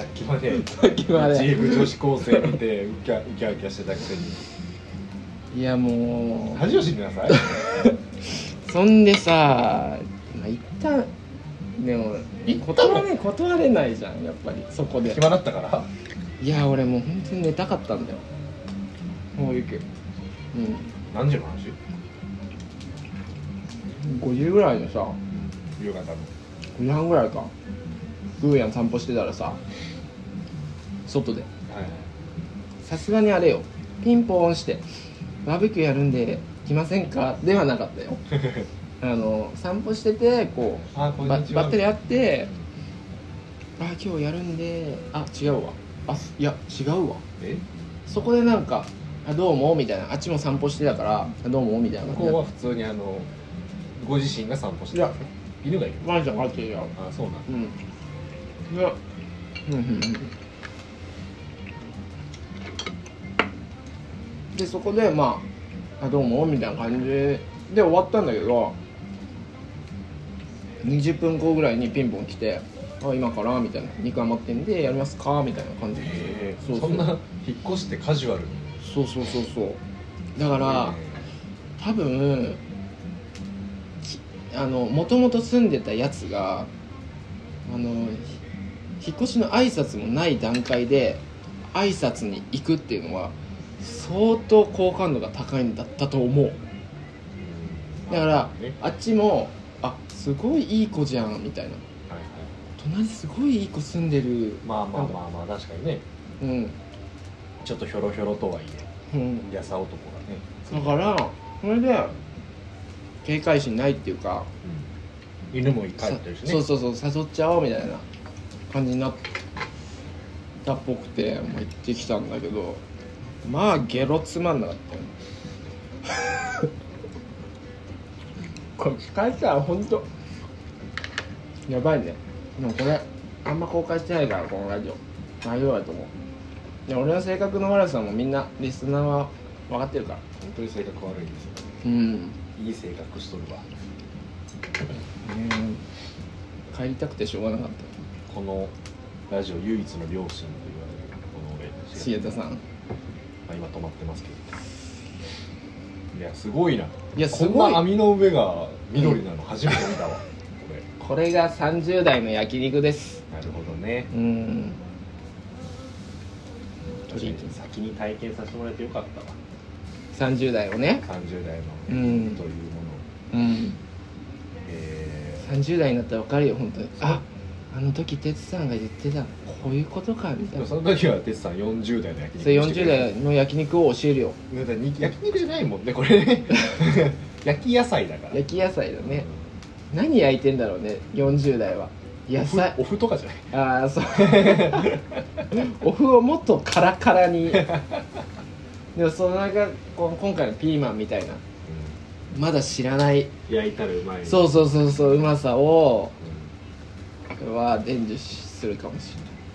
っきまで
さっきまで
ジーブ女子高生見てウキャウキャウキャしてたくせに
いやも
恥を知りなさい
うそんでさまあ一旦でも
一旦
断れ断れないじゃんやっぱりそこで
暇だったから
いや俺もう本当に寝たかったんだよもう行くう
何時の話
ん5時ぐらいのさ
夕方の
5時半ぐらいかグーヤン散歩してたらさ外で
はい
さすがにあれよピンポーンしてバーベキューやるんで来ませんかではなか ったよあの散歩しててこう
あこん
ば
にちは
ばったり会って「あ今日やるんであ違うわあすいや違うわ
え
そこでなんか「あどうも」みたいなあっちも散歩してたから「あどうも」みたいな
向こうは普通にあのご自身が散歩してたんですね犬がいる
ワンちゃんがってるよ
あそうなんだ
うんいやうんうんうんでそこでまあ「あどうも」みたいな感じで終わったんだけど20分後ぐらいにピンポン来て「あ今から」みたいな「肉余ってんでやりますか」みたいな感じで
えー
そうそ
そ
うん
な引っ越してカジュアルに
そうそうそうそうだから多分きあのもともと住んでたやつがあのひ引っ越しの挨拶もない段階で挨拶に行くっていうのは相当好感度が高いんだったと思うだから
ね
あっちも「あすごいいい子じゃん」みたいな
はいはい
「隣すごいいい子住んでる
まあまあまあまあ確かにね
うん
ちょっとひょろひょろとはい
うん
えやさ男がね
だからそれで警戒心ないっていうか
犬も帰ってるしね
そうそうそう誘っちゃおうみたいな感じになったっぽくて、まあ、行ってきたんだけどまあゲロつまんなかったよ これ聞かれたら本当やばいねでもこれあんま公開してないからこのラジオ大丈夫だと思うで俺の性格の悪さもみんなリスナーは分かってるから
本当に性格悪いんですよ
うん
いい性格しとるわ
帰りたくてしょうがなかっ
このラジオ唯一の両親と言われるこの俺
た重田さん
まあ、今止まってますけどいやすごいない
やすごい
こんな網の上が緑なの初めて見たわ、これ
これが30代の焼肉です
なるほどね
うん
先に体験させてもらえてよかったわ
30代をね
30代の
う
と
ん
いうものを、
うん
え
30代になったら分かるよ本当にああの時哲さんが言ってたこういうことかみたいな
でもそ
そ
の時は哲さん40代の焼肉
れ
して
40
くれ
代の焼肉を教えるよ
だからに焼肉じゃないもんねこれ ね焼き野菜だから
焼き野菜だね何焼いてんだろうね40代は野菜
お麩とかじゃない
ああそう お麩をもっとカラカラ にでもその中こ今回のピーマンみたいなまだ知らない
焼いたらうまい
そうそうそうそううまさをこれは伝授するかもし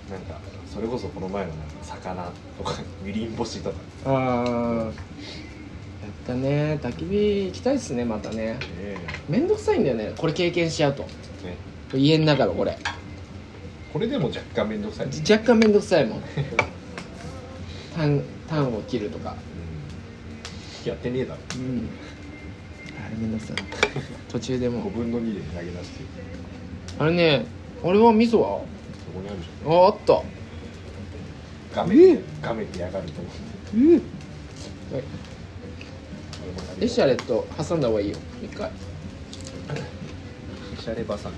なんかそれこそこの前のなんか魚とかみりん干しとかね
れないああやったね焚き火行きたいっすねまたねめんどくさいんだよねこれ経験しちゃうと
ね
家の中のこれ
これでも若干面倒くさいね
若干めんどくさいもんタンタンを切るとか
うんやってねえだろ
うんあれめんどくさい途中で
5
も
分の2で投げ出して
あれね俺は味噌は
そこにあるじ
ああった
ゃん画面画面でやがると思って
エシャレット挟んだ方がいいよ一回
おしゃればさみ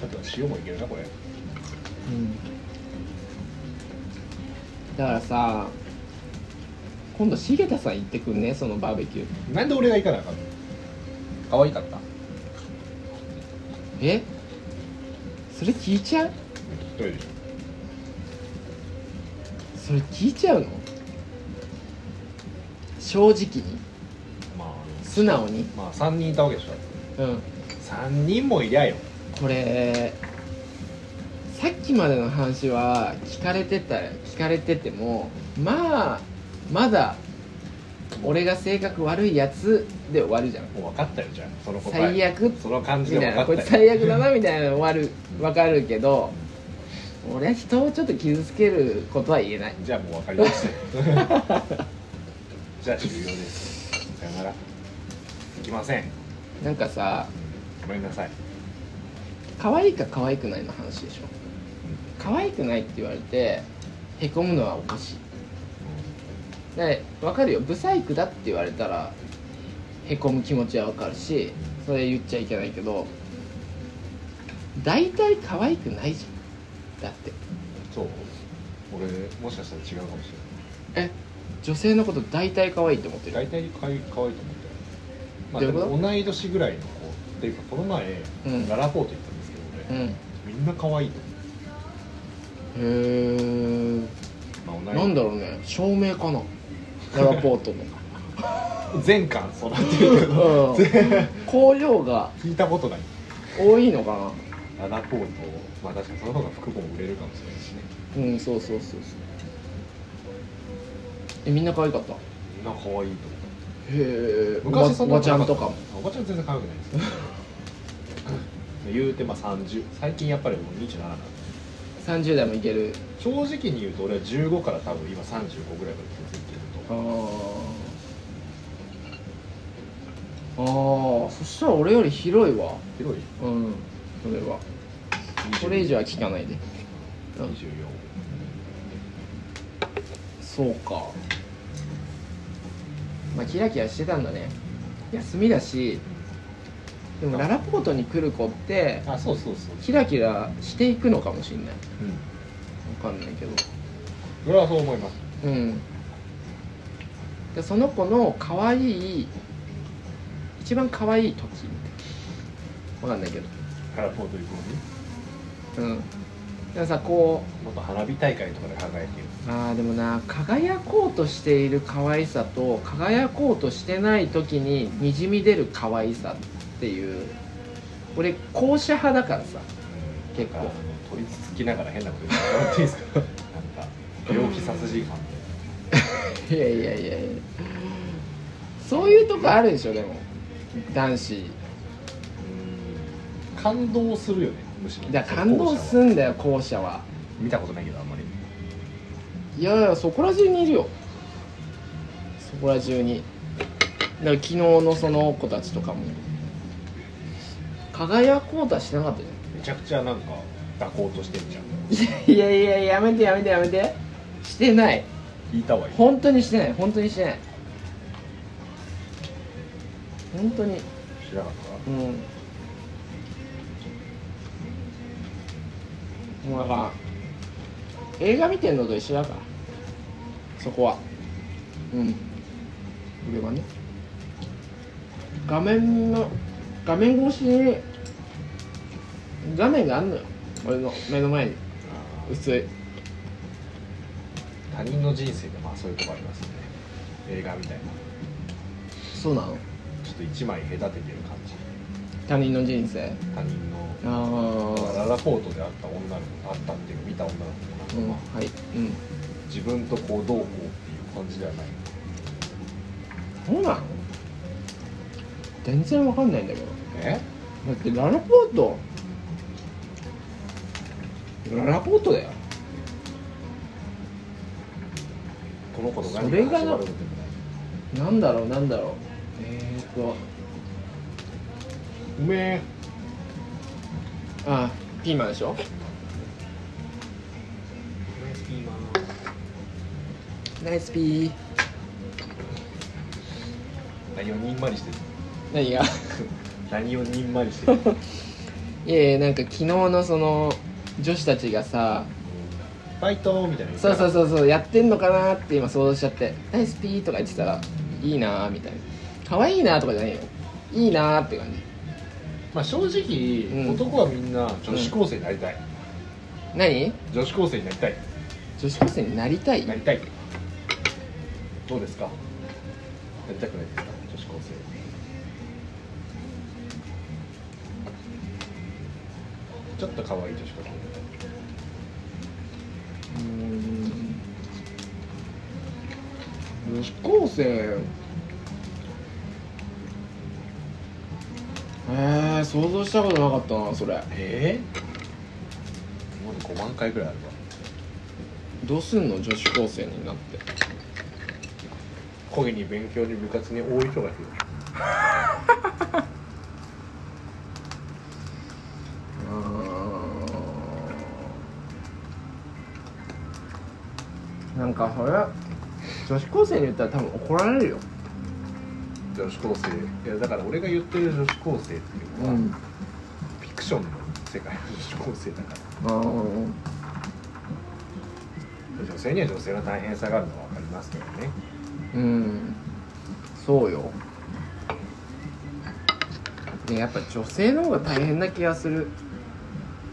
ちょっと塩もいけるなこれ
だからさ今度重田さん行ってくんねそのバーベキュー
なんで俺が行かなあかんの可愛かった
えそれ聞いちゃう
どういうでしょ
それ聞いちゃうの正直に
うまあ
素直に
まあ3人いたわけでしょ
うん
3人もいりゃよ
これさっきまでの話は聞かれてた聞かれててもまあまだ俺が性格悪いやつで終わるじゃん
もう分かったよじゃあその答え
最悪
その感じで
みた
分
い
か
な
っ
こ
た
いつ
よ
最悪だなみたいなの終わる分かるけど俺は人をちょっと傷つけることは言えない
じゃあもう分かりましたよ じゃあ終了ですさよなら行きません
なんかさ
ごめんなさい
可愛いか可愛くないの話でしょ可愛くないって言われてへこむのはおかしいで分かるよ「ブサイクだ」って言われたらへこむ気持ちは分かるしそれ言っちゃいけないけど大体可愛くないじゃんだって
そう俺もしかしたら違うかもし
女性のこと大体可愛いって思って
れ
る
ない大体かわいいと思ってるま
ど
あで
ういうこと
も同い年ぐらいの子っていうかこの前、
うん
ララポート行ったんですけど
う
俺、
んへ
みんな可愛いと
え
思う、まあ、同
ないんだろうね照明かなララポートの
全巻そうなってるけど
うん香料が
聞いたことない
多いのか
ララポートまあ確かにその方が服も売れるかもしれないしね
なうんそうそうそうそうえみんな可愛かったへ
みんな可愛いと思う
えおば
昔そ
お
な
ばちゃんとかも
おばちゃん全然可愛くないですけど言うてまあ30最近やっぱりもう27なんで
30代もいける
正直に言うと俺は15から多分今35ぐらいまで全然いけると
あ
思う
あああそしたら俺より広いわ
広い
うんそれは
20
これ以上は聞かないでうん
24
そうかまあキラキラしてたんだね休みだしでもララポートに来る子って
あそうそうそう
キラキラしていくのかもしんないわ
うん
かんないけど
それはそう思います
うんでその子の可愛い一番可愛い時わかんないけど
カラポート行くのに
うんでもさこ
もっと花火大会とかで考えてよ
うあーでもな輝こうとしている可愛さと輝こうとしてない時ににじみ出る可愛さっていう俺校舎派だからさ結
なん
構
か取りつつきながら変なこと言ってもらっていいですか なんか病気殺人犯 で
いやいやいやいやそういうとこあるでしょでも男子
うん感動するよねむしろ
だから感動すんだよ校舎は
見たことないけどあんまり
いやいやそこら中にいるよそこら中にだから昨日のその子たちとかも輝こうとはしなかったじ
めちゃくちゃなんか抱こうとしてんじゃん
ゃん いやいややめてやめてやめてしてない
引いたわよ
本当にしてない本当にしてない本当に
してなかったな
うんもうだから映画見てんのと一緒だからそこはうん俺はね画面の画面越しに画面があんのよ俺の目の前に薄い
他人の人生でまあそういうとこありますね映画みたいな
そうなの
ちょっと一枚隔ててる感じ
他人の人生
他人の
ああ
ララポートで会った女の子あったっていうか見た女の子
う
が
ん
ま
は
あ
いうん
自分とこうどうこうっていう感じではない
そうなの全然わかんないんだけど
え
だってララポートララポートだよ
この子の
それがな
始まるのでもない
なんだろうなんだろうえー、っと
うめえ
あピーマンでしょナイスピーマンナイスピー
何をにんまりしてる
何が
何をにんまりしてる
いやいやなんか昨日のその女子たちがさ
ファイトみたいな
そうそう
う
そうそうやってんのかなって今想像しちゃって「ナイスピー」とか言ってたら「いいな」みたいな「可愛いな」とかじゃないよ「いいな」って感じ
まあ正直、
うん
男はみんな女子高生になりたい、
何
女子高生になりたい
女子高生になりたい
なりたいどうですかなりたくないですか女子高生ちょっと可愛い女子高生
うん女子高生えー、想像したことなかったなそれ
ええもう5万回ぐらいあるわ
どうすんの女子高生になって
恋に勉強に部活に多い人がいる
なんかそれ女子高生に言ったら多分怒られるよ
女子高生いやだから俺が言ってる女子高生っていうのは、フィクションの世界の女子高生だから
うん
女性には女性の大変さがあるのは分かりますけどね
うんそうよねやっぱ女性の方が大変な気がする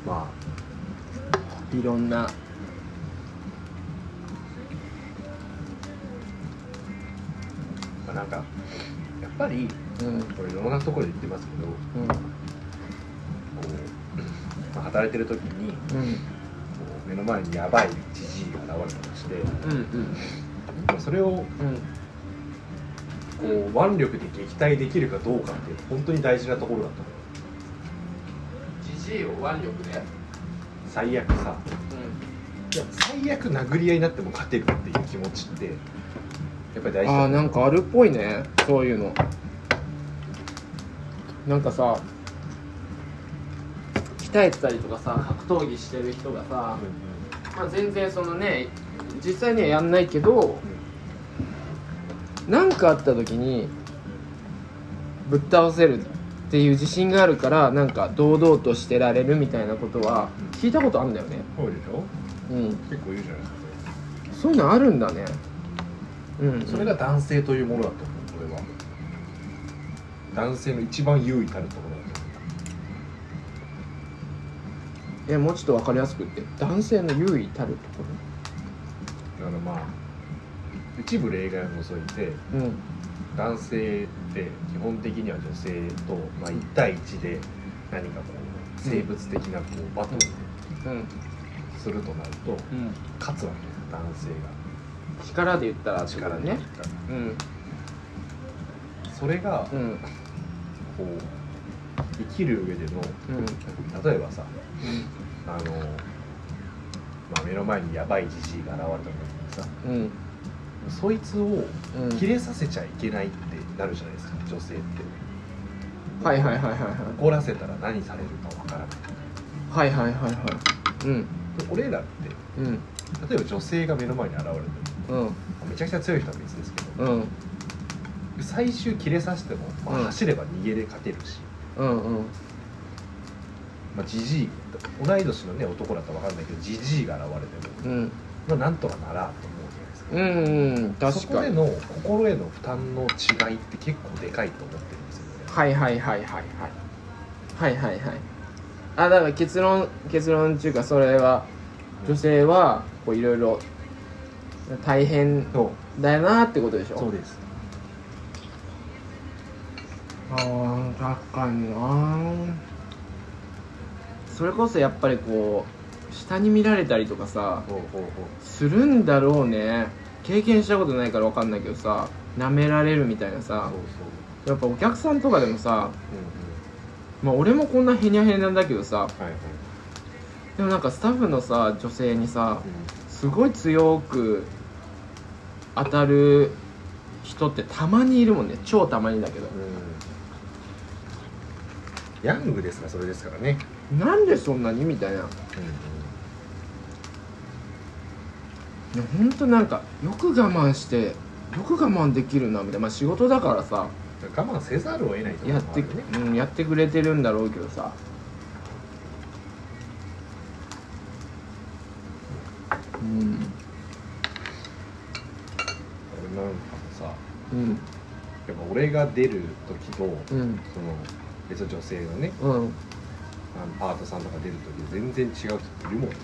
ま
いろんな
あまあなんかやっぱり
うん
これいろんなところで言ってますけどこう、まあ、働いてる時にこ
うん
う目の前にやばいじじいが現れたとして
うんうん
まあそれを
うん
こう腕力で撃退できるかどうかっていうのは本当に大事なところだと思う
じじいを腕力で
最悪さいや最悪殴り合いになっても勝てるっていう気持ちってやっぱり大事
あー
だ
なんかあるっぽいねそういうのなんかさ鍛えてたりとかさ格闘技してる人がさ
うん、うん
まあ、全然そのね実際にはやんないけど何、なん、かあった時にぶっ倒せるっていう自信があるからなんか堂々としてられるみたいなことは聞いたことあるんだよね
そうでしょ
うん
結構いるじゃないですか
そういうのあるんだねうん
それが男性というものだと思う俺は男性の一番優位たるところだと思
えもうちょっと分かりやすく言って男性の優位たるとこ
うだからまあ一部例外を除いて
ろうん
男性って基本的には女性と、まあ、1対1で何かこう生物的なこうバトル
うん
をするとなると
うん
勝つわけです男性
力で言ったら
が力
って
で
こと
ね
ねうん
それが
うん
こう生きる上での
うん
例えばさあの、まあ、目の前にヤバいじじいが現れた時にさ
うん
そいつを
うん
切れさせちゃいけないってなるじゃないですか女性って
はいはいはいはい
怒らせたら何されるかわからない
はいはいはいはいはいうん
で俺らって
うん
例えば女性が目の前に現れて
うん
めちゃくちゃ強い人は別ですけど
うん
最終切れさせても、ま
うん
あ、走れば逃げで勝てるし、
うんうん
まあ、ジジイ同い年のね男だったら分かんないけどジジイが現れても、
うん
まあ、なんとかならんと思うじゃない
うん
ですか
うん確
そこ
か
で
に
の心への負担の違いって結構でかいと思ってるんですよね
はいはいはいはいはいはいはいはいあだから結論結論っていうかそれは女性はこういろいろ大変
そう
だよなってことでしょ
そうです
あー確かになそれこそやっぱりこう下に見られたりとかさ
ほうほうほ
するんだろうね経験したことないから分かんないけどさ舐められるみたいなさ
そう
やっぱお客さんとかでもさ
そううん
まあ俺もこんなへにゃへにゃなんだけどさ
うんはいはい
でもなんかスタッフのさ女性にさすごい強く当たる人ってたまにいるもんね超たまにだけど
ヤングですからそれですからね、
なんでそんなにみたいないやほんとなんかよく我慢してよく我慢できるなみたいな、まあ、仕事だからさ
我慢せざるを得ないところ
やっ
もあ
て、
るよね
うん、やってくれてるんだろうけどさうん
俺なんかもさや
うん
っぱ俺が出る時と
うん
その別の女性のね
うん
あのパートさんとか出る時全然違う人いるもんね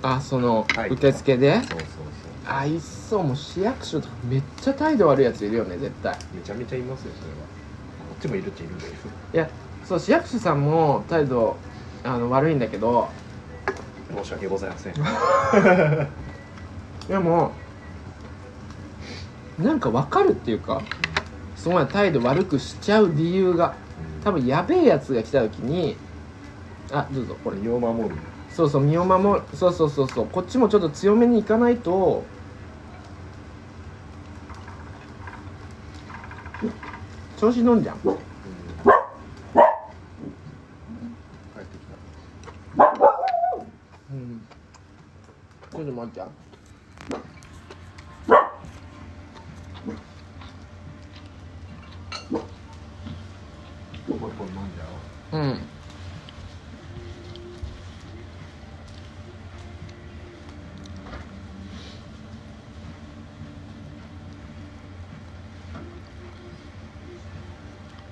あその、
はい
受付で
そうそう
あいっそうもう市役所とかめっちゃ態度悪いやついるよね絶対
そうめちゃめちゃいますよそれはこっちもいるっちゃいるんだけど
いやそう市役所さんも態度あの悪いんだけど
申し訳ございません
でもなんかわかるっていうかそこまで態度悪くしちゃう理由が多分やべえやつが来た時にあどうぞこ
こ
れ
れ身を守る
そうそう身を守るそうそうそうそうこっちもちょっと強めにいかないと調子乗んじゃん
帰ってきた
うんちょっと待って
ポイポイ飲んじゃおう
うん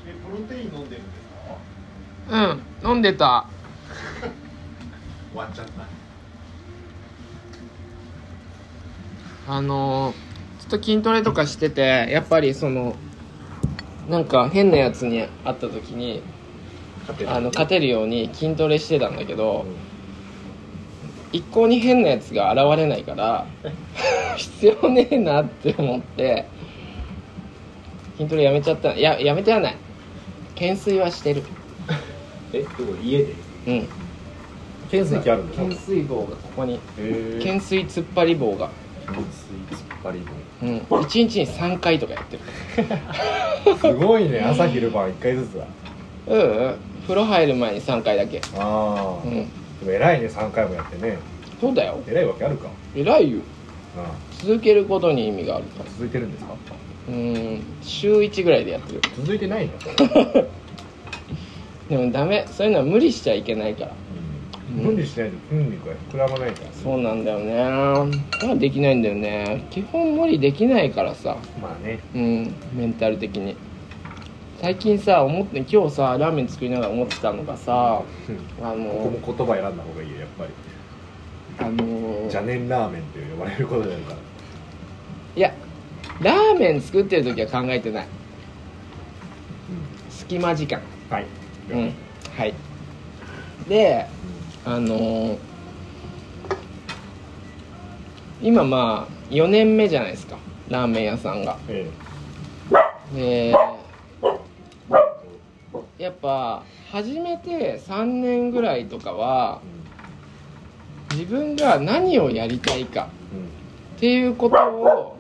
えプロテイン飲んでるんですか
うん飲んでた
終わっちゃった
あのーちょっと筋トレとかしててやっぱりそのなんか変なやつに会った時にあの勝てるように筋トレしてたんだけど、一向に変なやつが現れないから 必要ねえなって思って筋トレやめちゃったいややめてはない懸垂はしてる
えでも家で
うん
懸垂器あるんでしょ
懸垂棒がここに
へ
懸垂突っ張り棒が
張り棒
うん1日に3回とかやってる
すごいね朝昼晩1回ずつだ
うんうん風呂入る前に3回だけ
ああ、
うん
でも偉いね3回もやってね
そうだよ
偉いわけあるか、
偉いよ
う
続けることに意味があるか
ん、続いてるんですから
うん週1ぐらいでやってる
続いてないの、
でもダメそういうのは無理しちゃいけないから
うん、無理しないと筋肉が膨らまないから
そうなんだよねだからできないんだよね基本無理できないからさ
まあね
うんメンタル的に最近さ思って今日さラーメン作りながら思ってたのがさあ
こ
の
こも言葉選んだ方がいいよやっぱり
あの
邪念ラーメンって呼ばれることになるから
いやラーメン作ってる時は考えてない、隙間時間
はい
うんはいであのー今まあ4年目じゃないですかラーメン屋さんが
え
でやっぱ始めて3年ぐらいとかは自分が何をやりたいか
えうん
っていうことを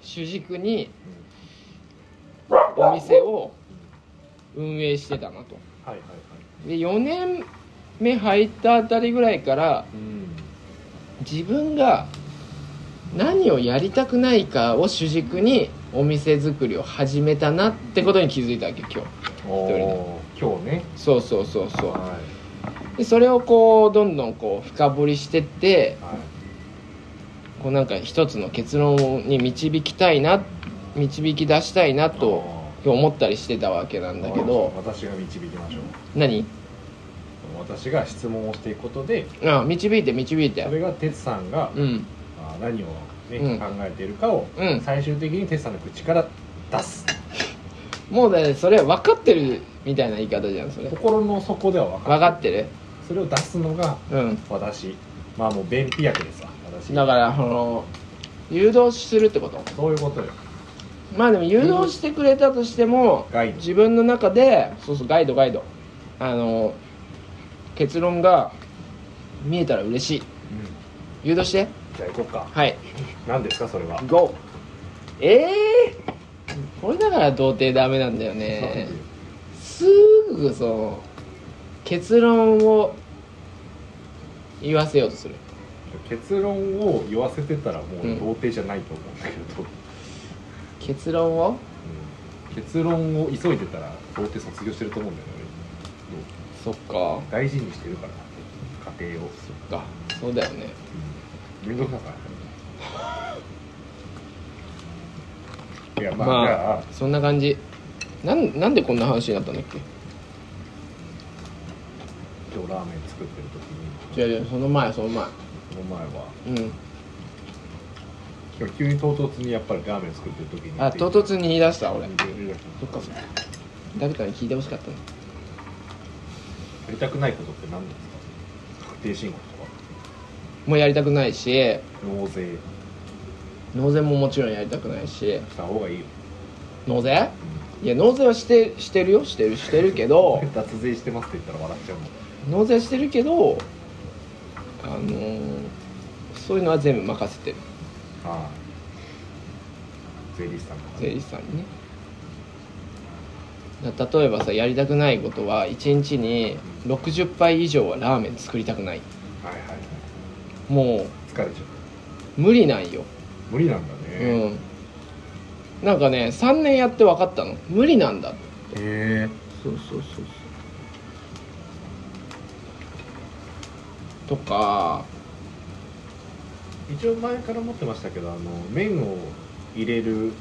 主軸にお店を運営してたなと
はいはいはい
で4年目入ったあたりぐらいから
うん
自分が何をやりたくないかを主軸にお店作りを始めたなってことに気づいたわけ今日
おー今日ね
そうそうそうそう
は
でそれをこうどんどんこう深掘りしてって
いはい
こうなんか一つの結論に導きたいな導き出したいなと思ったりしてたわけなんだけど
私が導きましょう
何
私が質問をしていくことで
あ導いて導いて
それが哲さんが
うん
あー何を、ね
うん
考えているかを
うん
最終的に哲さんの口から出す
もうねそれ分かってるみたいな言い方じゃんそれ分
心の底では分かる
かってる
それを出すのが
うん
私まあもう便秘薬ですわ私
だからその誘導するってこと
そういうことよ
まあでも誘導してくれたとしても
ガイド
自分の中でそうそうガイドガイドあの結論が見えたら嬉しい誘導して
じゃあ行こうか
はい
何ですかそれは
GO ええー、これだから童貞ダメなんだよねすぐその結論を言わせようとする
結論を言わせてたらもう
うん
童貞じゃないと思うんだけど、
結論を
うん結論を急いでたら童貞卒業してると思うんだよね
そっか
俺大事にしてるから家庭を
かそうだよね
めんどくさいからいやまあ、
まあ
じゃあ
そんな感じなんなんでこんな話になったんだっけ
今日ラーメン作ってる時に
違う違うその前その前
この前は
うん
今日急に唐突にやっぱりラーメン作ってる時に
あ唐突に言い出した俺
や
そっかそっか誰かに聞いてほしかったな
りたくないことって何なんですか確定申告とか
もうやりたくないし
納税
納税ももちろんやりたくないし
した方がいいよ
納税いや納税はしてしてるよしてるしてるけ ど
脱税してますって言ったら笑っちゃうもん
納税してるけどあのーそういうのは全部任せてる
ああ税理士さんとか
税理士さんにねだ例えばさやりたくないことは1日に60杯以上はラーメン作りたくない
はいはいはい
も
疲れちゃう
う無理なんよ
無理なんだ
う
ね
んなんかね3年やって分かったの無理なんだ
へえ
そうそうそうそうとか
一応前から持ってましたけどあの麺を入れる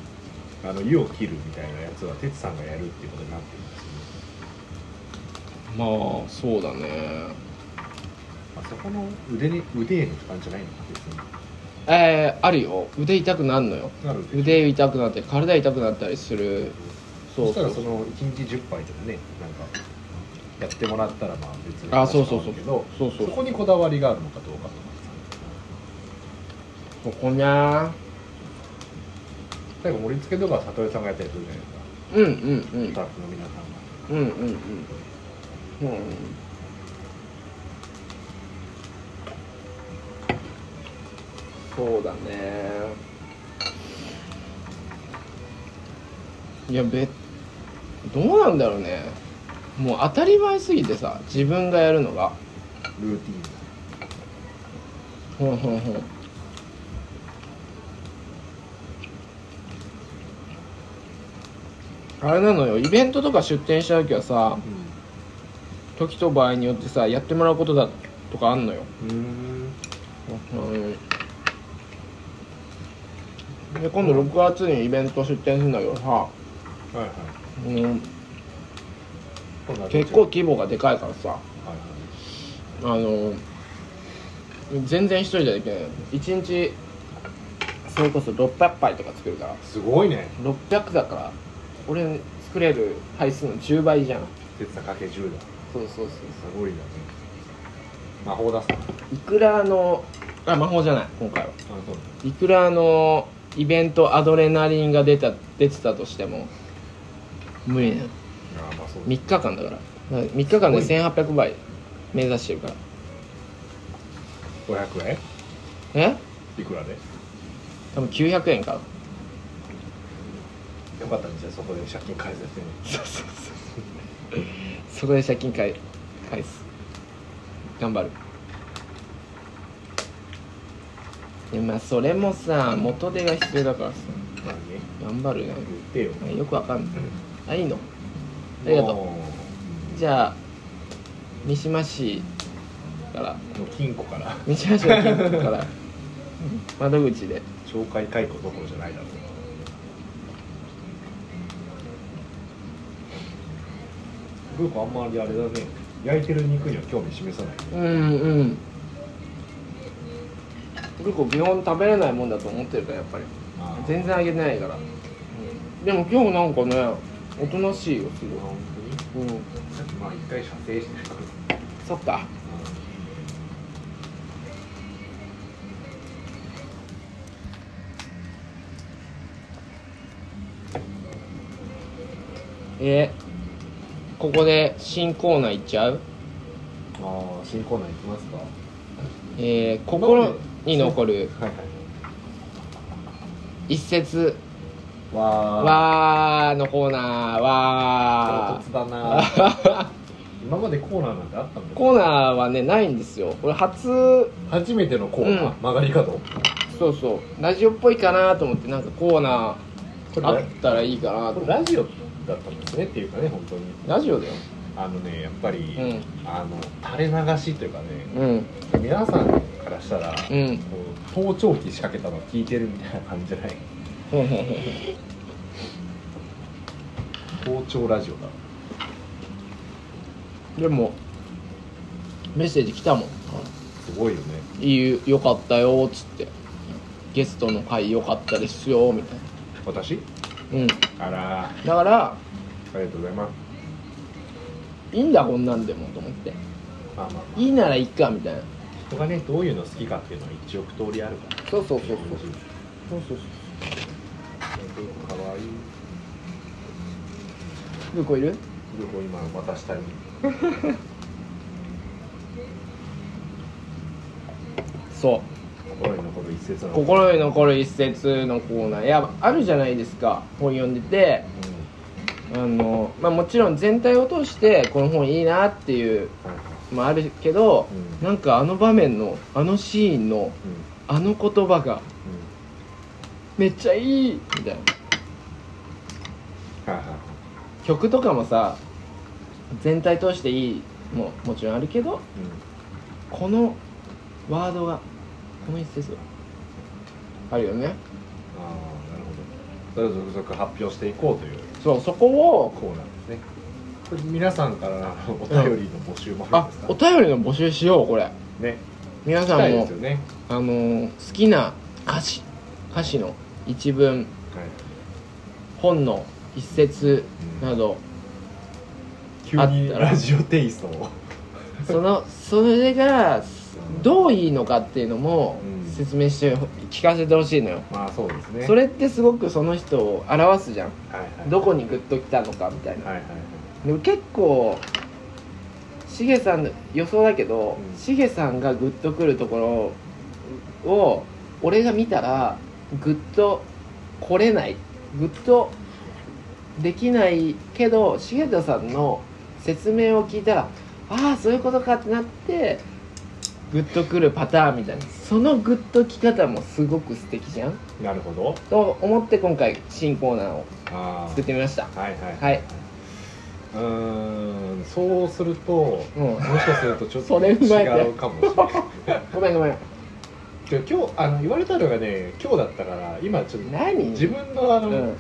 あの湯を切るみたいなやつは哲さんがやるっていうことになってるんですよね
まあそうだね
あそこの腕に腕への負担じゃないのか別に
えー、あるよ腕痛くなるのよ
なるで
腕痛くなって体痛くなったりする
そ
そうそ
したら
う
その1日10杯とかねなんかやってもらったらまあ別に
あそうそうそう
話変わる
そう
け
そ
ど
う
そこにこだわりがあるのかどうかと
ここにゃ
最後盛り付けとかは里江さんがやったりするじゃないですか
ーうんうんうん
スタッフの皆さんが
うんうんうんうんそうだねいやべどうなんだろうねもう当たり前すぎてさ自分がやるのが
ルーティン
ほんほんほんあれなのよイベントとか出店した時はさ、時と場合によってさやってもらうことだとかあんのようんで今度6月にイベント出店するんだけどさ、
はいはい
うん、
今度はどっち
結構規模がでかいからさ
はいは
あ
い
の全然一人じゃできない1日それこそ600杯とか作るから
すごいね
600だから俺作れる杯数の10倍じゃん
鉄さかけ10だ
そうそうそう
すごいだね魔法出すなあ
いくらのあ魔法じゃない今回は
そうだ
いくらあのイベントアドレナリンが出た出てたとしても無理なの
あまあそうだ
3日間だから3日間で1800倍目指してるから
500円
え
いくらで
多分900円か
よかったんじゃあそこで借金返せてね
そうそうそうそこで借金返返す頑張るでまあそれもさ元手が必要だからさ頑張るね
言ってよ
よくわかんないあいいのありがとうじゃあ三島市から
うもう金庫から
三島市の金庫から窓口で
懲戒解雇どころじゃないだろうグーコあんまりあれだね焼いてる肉には興味示さな
うん
い
うん結構基本食べれないもんだと思ってるからやっぱり全然あげてないから、うんでも今日なんかねおとなしいよすごい、うん、
まあ一回射精してるか
そっかえーここで新コーナー行っちゃう
ああ新コーナー行きますかは
えー心に残る
いはい
一節「
わ
わー」のコーナー「わー
唐突だ」な 今までコーナーなんてあったの
コーナーはねないんですよこれ初
初めてのコーナー、
う
曲がり角
そうそうラジオっぽいかなと思ってなんかコーナ
こ
ー
れ
あったらいいかなと
これ
思って
ラジオだったんですねっていうかね本当に
ラジオだよ
あのねやっぱり、
うん
あの垂れ流しというかね
うん
皆さんからした
う
ら、
ん
こう盗聴器仕掛けたの聞いてるみたいな感じじゃない
ほんほんほん
盗聴ラジオだ
でもメッセージ来たもん
すごいよね
「いいよかったよ」っつって「ゲストの回よかったですよ」みたい
私
なうん
あらー
だから
ありがとうございます
いいんだこんなんでもと思って
まあまあ
いいならいいかみたいな
人がねどういうの好きかっていうのは1億通りあるから
そうそうそうそうそうそう
かわいい
そうどこいる
ルーを今渡したい
そう
心に残る一節なの
心に残る一節のコーナーいやあるじゃないですか本読んでてあの、まあ、もちろん全体を通してこの本いいなっていう
うんはいはい
のもあるけど、
う
なんかあの場面のあのシーンの
うん
あの言葉が
う
めっちゃいいみたいなん
はいはい
曲とかもさ全体通していいももちろんあるけどこのワードがこの一節があるよね
ああなるほどそれを続々発表していこうという
そうそこを
コーナーですねこれ皆さんからのお便りの募集もあるん
あ
ですか
お便りの募集しようこれ
ね
皆
し
さ
た
ん
い
も
ですよね
あのー好きな歌詞歌詞の一文
はい
本の一節など、
急にラジオテイストを
そのそれがどういいのかっていうのも
うん
説明して聞かせてほしいのよ、
まあそうですね
それってすごくその人を表すじゃん
はいはい
どこにグッときたのかみたいな、
はいはいはい
でも結構しげさんの予想だけど
うん
しげ、さんがグッとくるところを俺が見たらグッと来れないグッとできないけどしげたさんの説明を聞いたらああそういうことかってなってグッとくるパターンみたいなそのグッとき方もすごく素敵じゃん
なるほど
と思って今回新コーナーを
あ
作ってみました
あはいはい
はいう
ーんそうするとも
うん
しかするとちょっ
そ
と
れ踏まえて
違うかもしれない
ごめんごめん
で今日あの言われたのがね今日だったから今ちょっと
何
自分のあの、
うん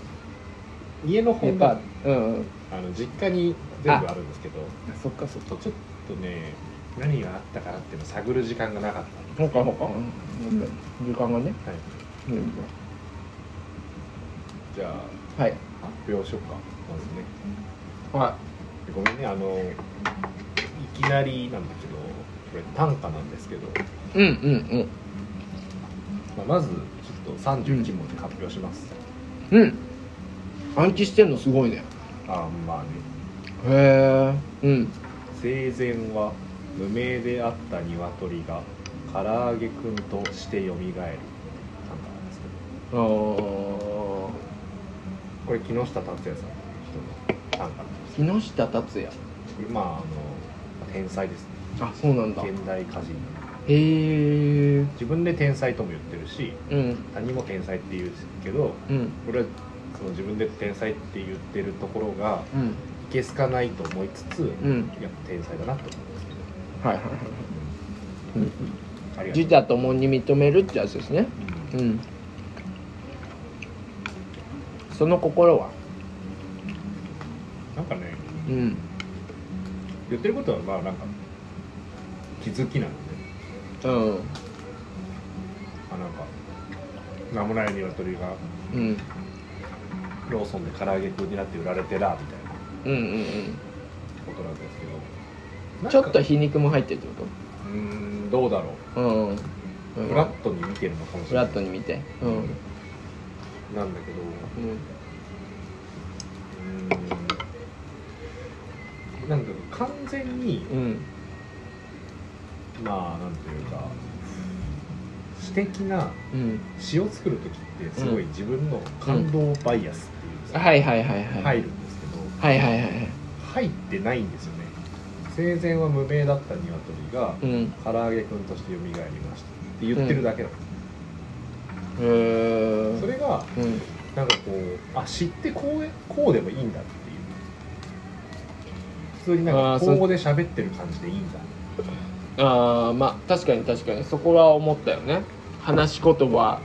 家の
やっ
本
ぱ
が
うんうん
あの実家に全部あるんですけど
そっかそっか
ちょっとね何があったかなっていうのを探る時間がなかったんで
ほかほか、時間がね
す、はい、
うん
じゃあ
はい
発表しようかまずね
は
でごめんねあのいきなりなんだけどこれ短歌なんですけど、
いうんうん
まあ、まずちょっと31文字発表します、
うんうん暗記してんのすごいね
あまあね
へえうん
生前は無名であった鶏が唐揚げくんとしてよみがえる短歌なんですけど
あー
これ木下達也さんの人の短歌なんですけ
木下達也
どまああの天才ですね
あそうなんだ
現代歌人
へえ
自分で天才とも言ってるし
うん
他人も天才って言うけど
うん
俺はその自分で天才って言ってるところが
うん
いけすかないと思いつつ、
うん
やっぱ天才だなと思うんですけど
はいはいはい
ありがとう
自他ともに認めるってやつですねうんその心は
うんなんかね
うん
言ってることはまあなんか気づきなので
うん
あなんか名もない鶏が
うん
ローソンで唐揚げ風になって売られてらみたいな
うんうんうん
ことなんですけどなんか
ちょっと皮肉も入ってるってこ
うーんどうだろ
とうんうん
うフラットに見てるのかもし
フ
れな
ラ
い
ットに見てうんうん
なんだけどうーんなんだろう完全に
うん
まあなんていうか詩的な
うん
詩を作る時ってすごい自分の感動バイアスっていうんですか
はいはいはいはいはい
入るんですけど
はいはいはい
入ってないんですよね生前は無名だった鶏が
うん
唐揚げくんとして蘇りましたって言ってるだけなの、
うーん
それが
うん
なんかこうあ知ってこうこうでもいいんだっていう普通にな
あー
んか
そ
口語で喋ってる感じでいいんだ
ああまあ確かに確かにそこは思ったよね話し言葉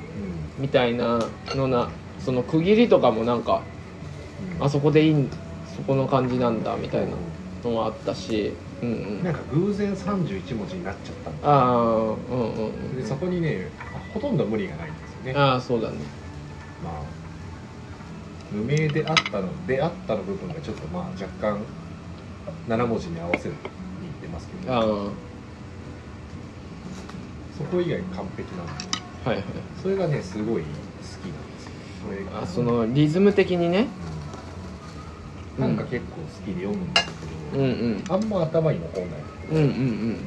う
みたいなのなその区切りとかもなんか
ん、うん
あそこでいいんそこの感じなんだみたいな
う
のもあったしうんうん
なん
ん
か偶然31文字になっちゃったんだ
ああうんうんうん
でそこにねあほとんど無理がないんですよね
ああそうだね
まあ無名であったのであったの部分がちょっとまあ若干7文字に合わせるにいってますけど
ああ
そこ以外完璧なんで
はいはい
それがねすごい好きなんですよこれ
あそのリズム的にね
うんなんか結構好きで読むんですけ
うん
ど、
うん
あんま頭に残んない
うんうんうん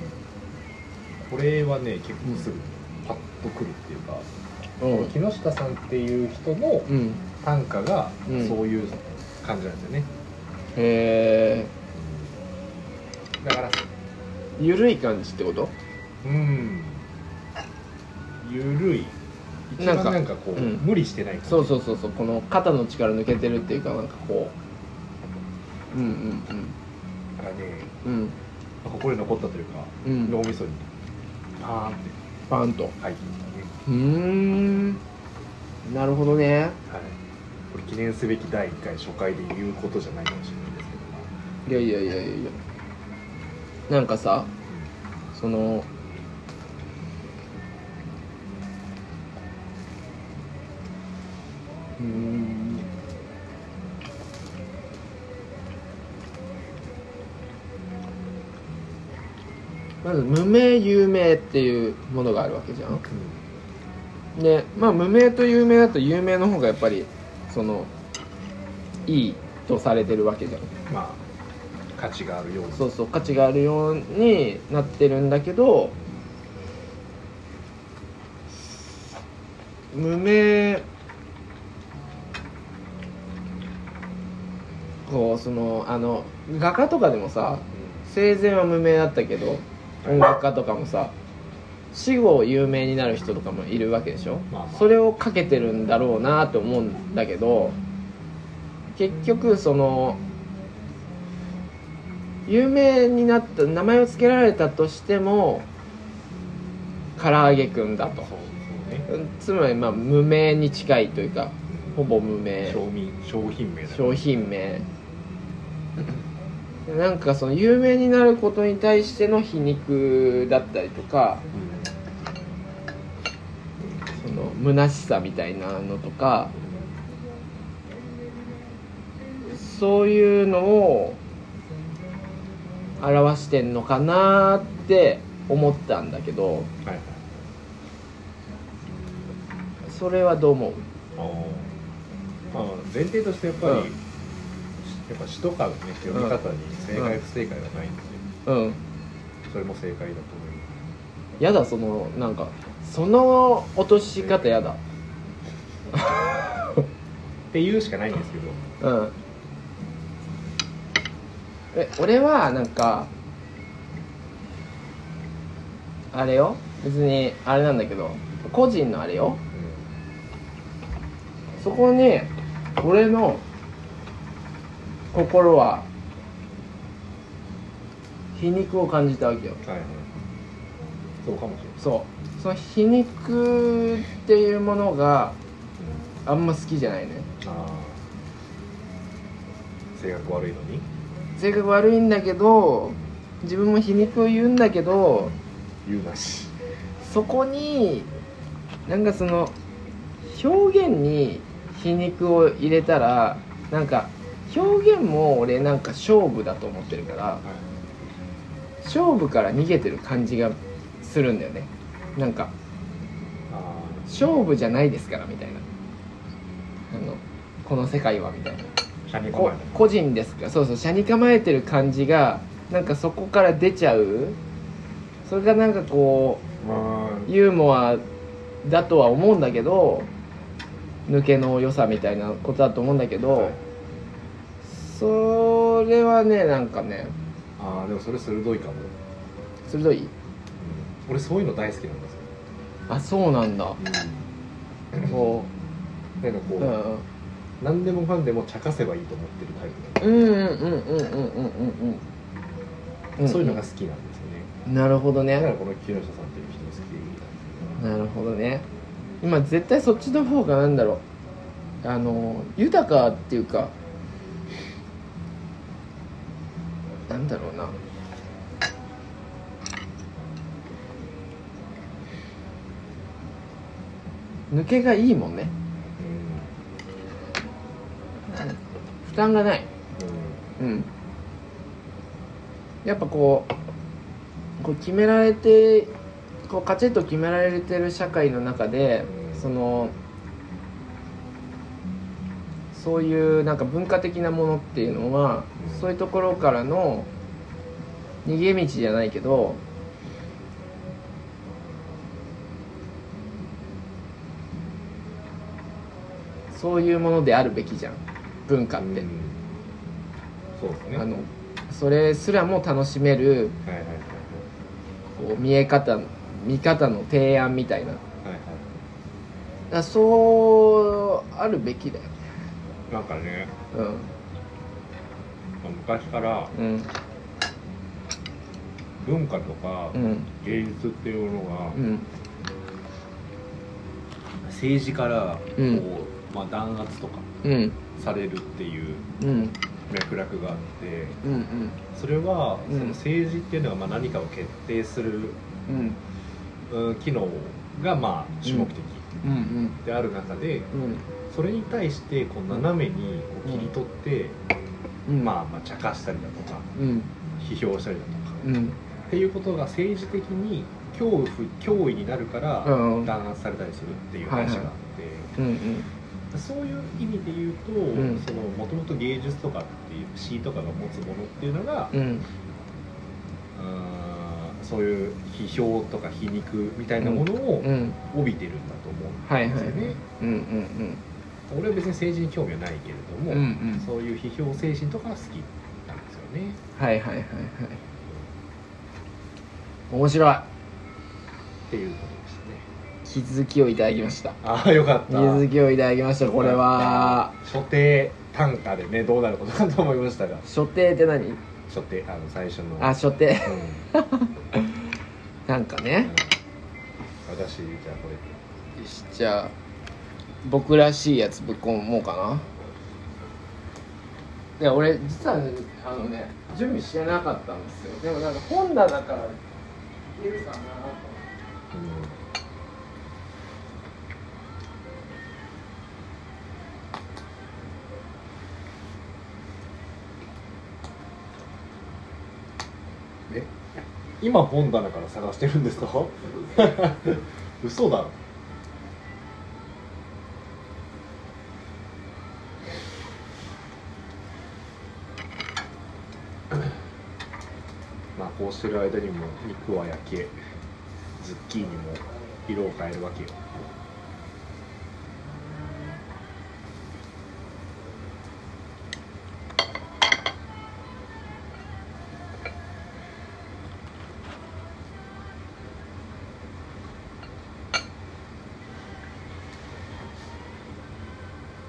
これはね結構すぐパッとくるっていうか、
うん
木下さんっていう人の
うん
短歌がそう
うん
いう感じなんですよね、
へえ
だから
ゆるい感じってこと
うんゆるい一
なん
番
か
なんかこう
うん
無理してない
そううそうそうそうこの肩の力抜けてるっていうかなんかこううん
だからね
うんうん
心に残ったというか、
うんうん
脳みそにパーンって
バンと
入ってきたね、
うーんなるほどね
はい、これ記念すべき第1回初回で言うことじゃないかもしれないですけど
いやいやいやいやいやなんかさそのうーんまず無名有名っていうものがあるわけじゃんでまあ無名と有名だと有名の方がやっぱりそのいいとされてるわけじゃん
まあ価値があるような
そうそう価値があるようになってるんだけど無名こうそのあの画家とかでもさ生前は無名だったけど音楽家とかもさ死後有名になる人とかもいるわけでしょ、
まあまあ
それをかけてるんだろうなと思うんだけど結局その有名になった名前を付けられたとしても唐揚げくんだと
そうそうね
つまりまあ無名に近いというかほぼ無名
商品商品名だから
商品名 なんかその有名になることに対しての皮肉だったりとかその虚しさみたいなのとかそういうのを表してんのかなって思ったんだけど
はいはい
それはどう思う
まあ、前提としてやっぱり、
うん
やっぱ詩とかのね読み方に正解不正解はないんで、
うん
それも正解だと思い
やだそのなんかその落とし方やだ
ますっていうしかないんですけど
うんえ俺はなんかあれよ別にあれなんだけど個人のあれよそこに俺の心は皮肉を感じたわけよ
はいはいそうかもしれない
そうその皮肉っていうものがあんま好きじゃないね
ああ性格悪いのに
性格悪いんだけど自分も皮肉を言うんだけど
言うなし
そこになんかその表現に皮肉を入れたらなんか表現も俺なんか勝負だと思ってるから勝負から逃げてる感じがするんだよねなんか
あ
勝負じゃないですからみたいなあのこの世界はみたいな
あ社に構
こ
え
個人ですかそうそう車に構えてる感じがなんかそこから出ちゃうそれがなんかこ
ま
うユーモアだとは思うんだけど抜けの良さみたいなことだと思うんだけど、
はい
それはねなんかね
ああーでもそれ鋭いかも、うん
鋭い
俺そういうの大好きなんですよ
あそうなんだそ
なんかこ
う、
う、
うん
何でもかんでも茶化せばいいと思ってるタイプなんで
うん、うんうんうんうんうんうんうん
そういうのが好きなんですよね
なるほど
だか
ね
らこの木下さんっていう人も好きなんですよ
なるほどね今絶対そっちの方がなんだろうあの豊かっていうかなんだろうな抜けがいいもんね負担がないうんやっぱこうこう決められてこうカチッと決められてる社会の中でそのそういうなんか文化的なものっていうのはそういうところからの逃げ道じゃないけどそういうものであるべきじゃん文化っ
うん
て。
そうですね
あ
はい
のそれすらも楽しめる
はいはい
こう見え方の見方の提案みたいなだか
はいはいはい
らそうあるべきだよね
なんかね昔から
うんうん
文化とか
うん
芸術っていうものが
うん
政治からこう、
うん
まあ、弾圧とか
うん
されるっていう
うん
脈絡があって
うん
それは
うん
その政治っていうのはまあ何かを決定する、
うん
うん機能がまあ主目的
うんうん
である中で、
うん
それに対してこう斜めにこう切り取って、
うん
まあ、まあ茶化したりだとか
うん
批評したりだとか、
うんうん
っていうことが政治的に恐怖脅威になるから
うん
弾圧されたりするっていう話があって、
うん
そういう意味で言うと
ん
もともと芸術とかっていう詩とかが持つものっていうのが、
うん
あーそういう批評とか皮肉みたいなものを
うん
帯びてるんだと思うん
はい
で
は
す
い
よね。
うんうん
俺は別に政治に興味はないけれど
うん
も、
うんうん
そういう批評精神とかが好きなんですよね。
はいはいはいはい面白い
っていうことでしたね。
気づきをいただきました
ああよかっ
気
た。
づきをいただきましたこれは
所定単価でねどうなることかと思いましたが
所定って何
所定あの最初の
あ所定
うん、
なんかね
私じゃあこれ
よしじゃあ僕らしいやつぶっ込もうかなで俺実はねあのね準備してなかったんですよでもなんか本棚からいけるかなと思って
え今本棚から探してるんですか 嘘だろまあこうしてる間にも肉は焼けズッキーニも色を変えるわけよ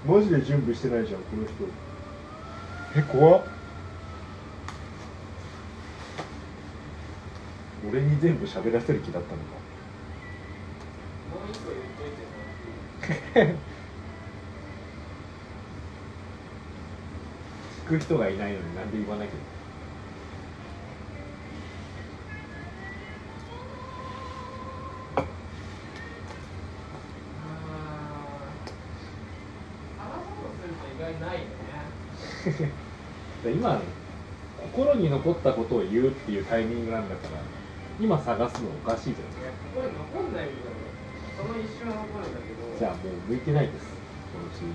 マジで準備してないじゃんこの人
え怖っ
俺に全部喋らせる気だったのか
聞く人がいないのになんで言わなきゃで今心に残ったことを言うっていうタイミングなんだから今探すのおかしいじゃないですか
これ残んないみたいなその一瞬は残るんだけど
じゃあもう向いてないですこのシーンは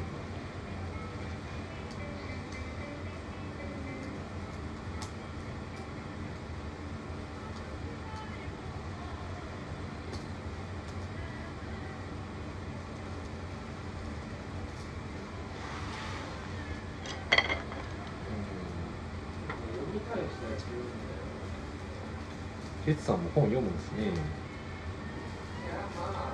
読み返したりするんだよ
哲さんも本読むんですね
いやまあ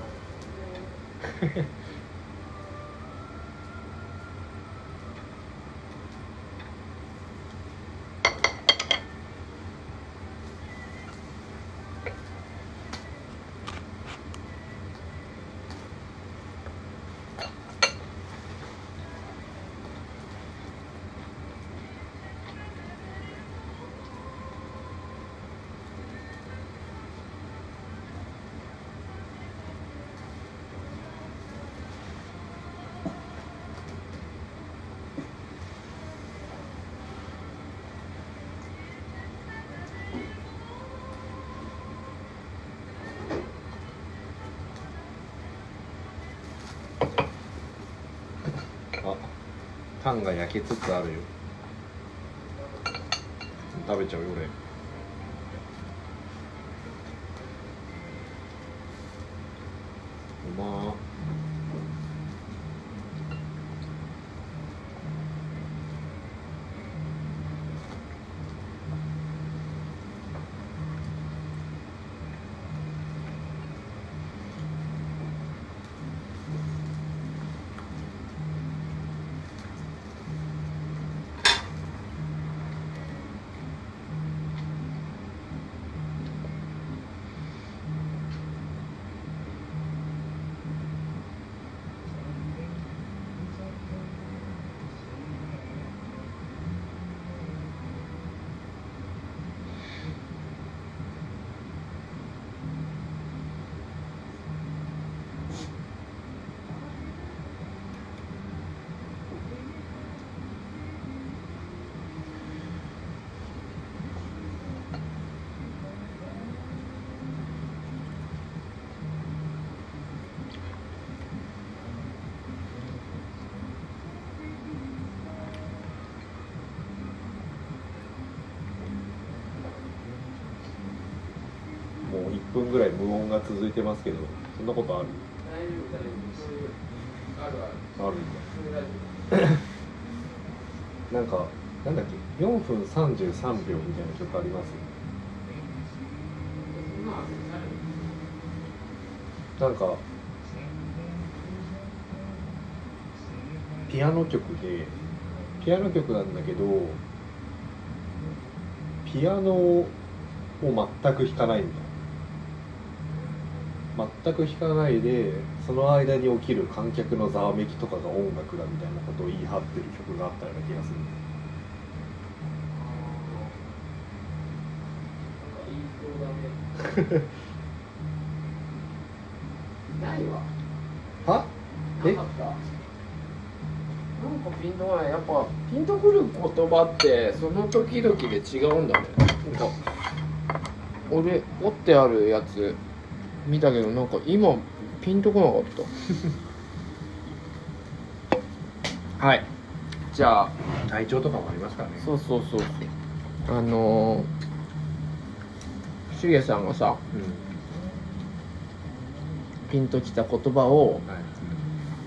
あパンが焼けつつあるよ食べちゃうよ俺うまーもう1分ぐらい無音が続いてますけどそんなことある
大丈夫大丈夫そういうある
あ
ある
るん
それ大丈夫
だなんかなんだっけ4分33秒みたいな曲ありますなんかピアノ曲でピアノ曲なんだけどピアノを全く弾かないんだ全く弾かないでその間に起きる観客のざわめきとかが音楽だみたいなことを言い張ってる曲があったような気がする
なんか言いそうだねないわ
は
なかったなんかピンとこないやっぱピンとくる言葉ってその時々で違うんだねなんか
俺折ってあるやつ見たけどなんか今ピンとこなかった はいじゃあ
体調とかもありますからね
そうそうそうあのー、しげさんがさ
うん
ピンときた言葉を
はい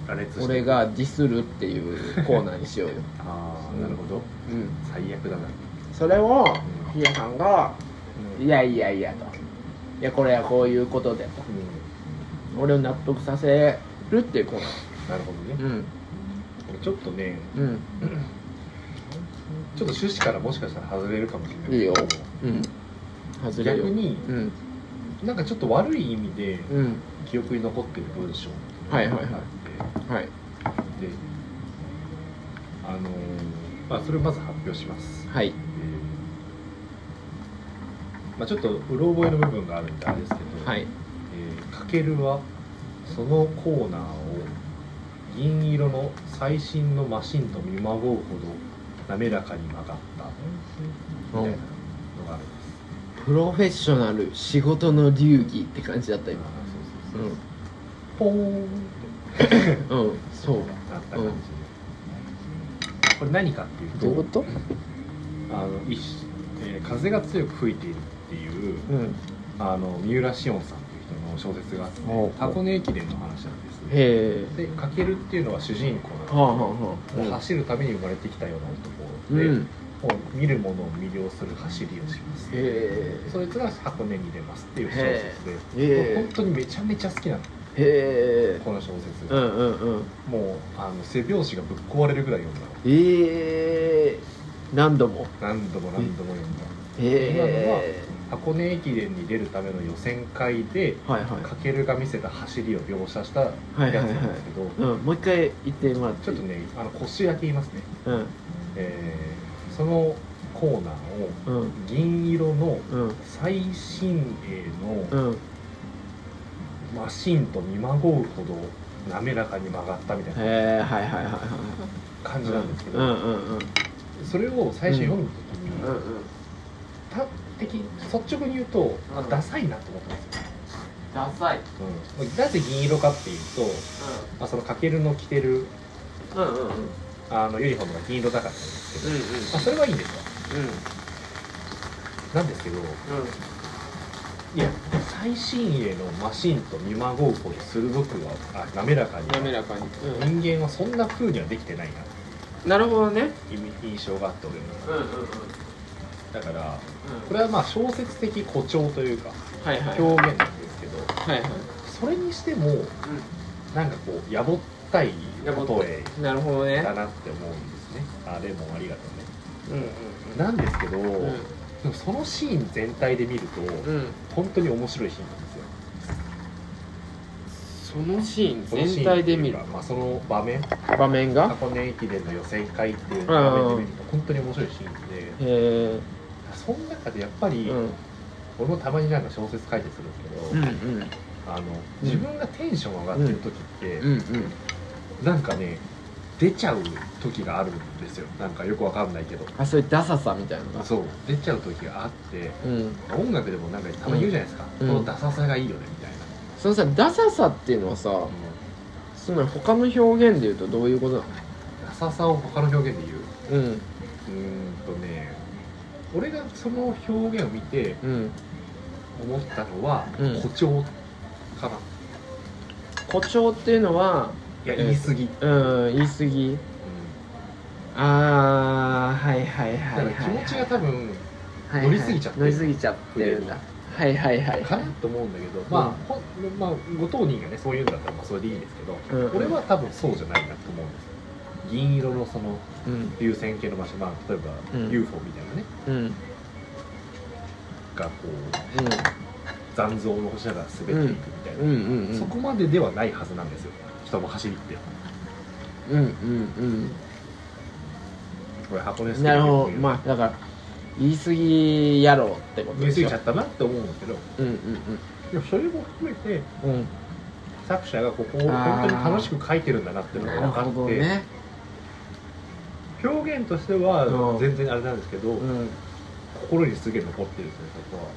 羅列して
俺がディスるっていうコーナーにしようよ、
ああなるほど
うん、
最悪だな
それをひやさんが「いやいやいや」と「いやこれはこういうことで」と
うん
俺を納得させるっていうコーナ
なるほどね
ーうん
俺ちょっとね
うん
ちょっと趣旨からもしかしたら外れるかもしれない
いいようん外れ
逆
よ
に
うん
なんかちょっと悪い意味で
うん
記憶に残ってる文章
はいはい
が
は
あって
いはい
であのーまあそれをまず発表します
はい
まあ、ちょっとうろ覚えの部分があるんであれですけど、
はい
えーかけるはそのコーナーを銀色の最新のマシンと見まごうほど滑らかに曲がったみたいなのがあるんです
プロフェッショナル仕事の流儀って感じだった今
あーそううそうそうんポーンって
うんそう
なった感じで、これ何かっていうと
どういうこと
あの一しえー風が強く吹いているっていう
うん
あの三浦紫音さんっていう人の小説があって
おう
箱根駅伝の話なんですね
へえ
でかけるっていうのは主人公
はあは
なんです、
あはあ
走るために生まれてきたよう
う
な男
ん
で、
うん
もう見るものを魅了する走りをします
へえ
そいつが箱根に出ますっていう小説で、
へえ
もう本当にめちゃめちゃ好きなの
へえ
この小説
う
が、
んうんうん
もうあの背表紙がぶっ壊れるぐらい読んだの
ええ何度も
何度も何度も読んだ、
へ
箱根駅伝に出るための予選会で
えはいはい
かけるが見せた走りを描写したやつ
はいはいはい
なんですけど、
うん、もう一回言ってもらって
ちょっとねあの腰だけ言いますね、
うん
えーそのコーナーを
うん
銀色の
うん
最新鋭
う
の
ん
マシンと見まごうほど滑らかに曲がったみたいな
へえはいはいはいはい
感じなんですけ
う
ど
んうんうん
それを最初読む時に
うんうん
た的率直に言うとあ
うん
ダサいなと思ったんですよ、
ダサい
なぜ銀色かっていうと、まあ、そのかけるの着てる
うんうんうんうんうん
あのユニフォームが銀色だからなんですけど、まあ、それはいいんですよなんですけどいや最新鋭のマシンと見まごうほど鋭くはあ滑らかに
滑らかに
人間はそんな風にはできてないな
なるほどね
意味印象があって俺の
うんうんうん
だからこ
こ
れはまあ小説的誇張というか
れはいはい
表現なんですけど
はいは
それにしてもなんかこうやぼったい例え
いなるほどね
だなって思うんですねあでもありがとうね
うんうん
なんですけど、
うん
でもそのシーン全体で見ると、
うんうん
本当に面白いシーンなんですよ
そのシーン
そのシーン
全体で見る
っていうかまあ、その場面
場面が
箱根駅伝の予選会っていう場面で見ると本当に面白いシーンで
へ
その中でやっぱ
え
り、
うん
俺もたまになんか小説書いてするんですけ
う
ど、
んうん
あの自分がテンション上がってる時って、
うんうん
なんかね出ちゃう時があるんですよなんかよくわかんないけど
あそういうダサさみたいなのが
そう出ちゃう時があって
うん
音楽でもなんかたまに言うじゃないですか、
うん
このダサさがいいよねみたいな、
そのさダサさっていうのはさその他の表現で言うとどういうことなの
ダサさを他の表現で言う
うん
うーんとね俺がその表現を見て
うん
思ったのは
うん
誇張かな、
誇張っていうのはい
や
えー
言い過ぎ、
うん言い過ぎああはいはい
だ
は
か
い
ら
は
気
い
持ちが多分
はいはい
乗りすぎちゃってる
乗りすぎちゃってるんだはいはいはい
かなと思うんだけど、まあほんまあご当人がねそういうんだったらまあそれでいいんですけど、
うんうん
俺は多分そうじゃないなと思うんですよ銀色のその
うん
流線形の場所まあ例えば
うん
UFO みたいなね、
うんうん
がこう残像を残しながら滑っていくみたいな、
うんうんうん
そこまでではないはずなんですよ人も走りって
うんうん
これ箱根
うん
ス
なる
の
ほどまあだから言い過ぎやろうってことで
見過
し
ぎ
ょ
ちゃったなって思うんですけど
うんうん
でもそれも含めて
うんうん
作者がここを本当に楽しく書いてるんだなっていうの
な
が
る
分かっ
ほど
て、
ね
表現として
う
は
ん
全然あれなんですけど、
うん
心にすげえ残ってるんですよねそこ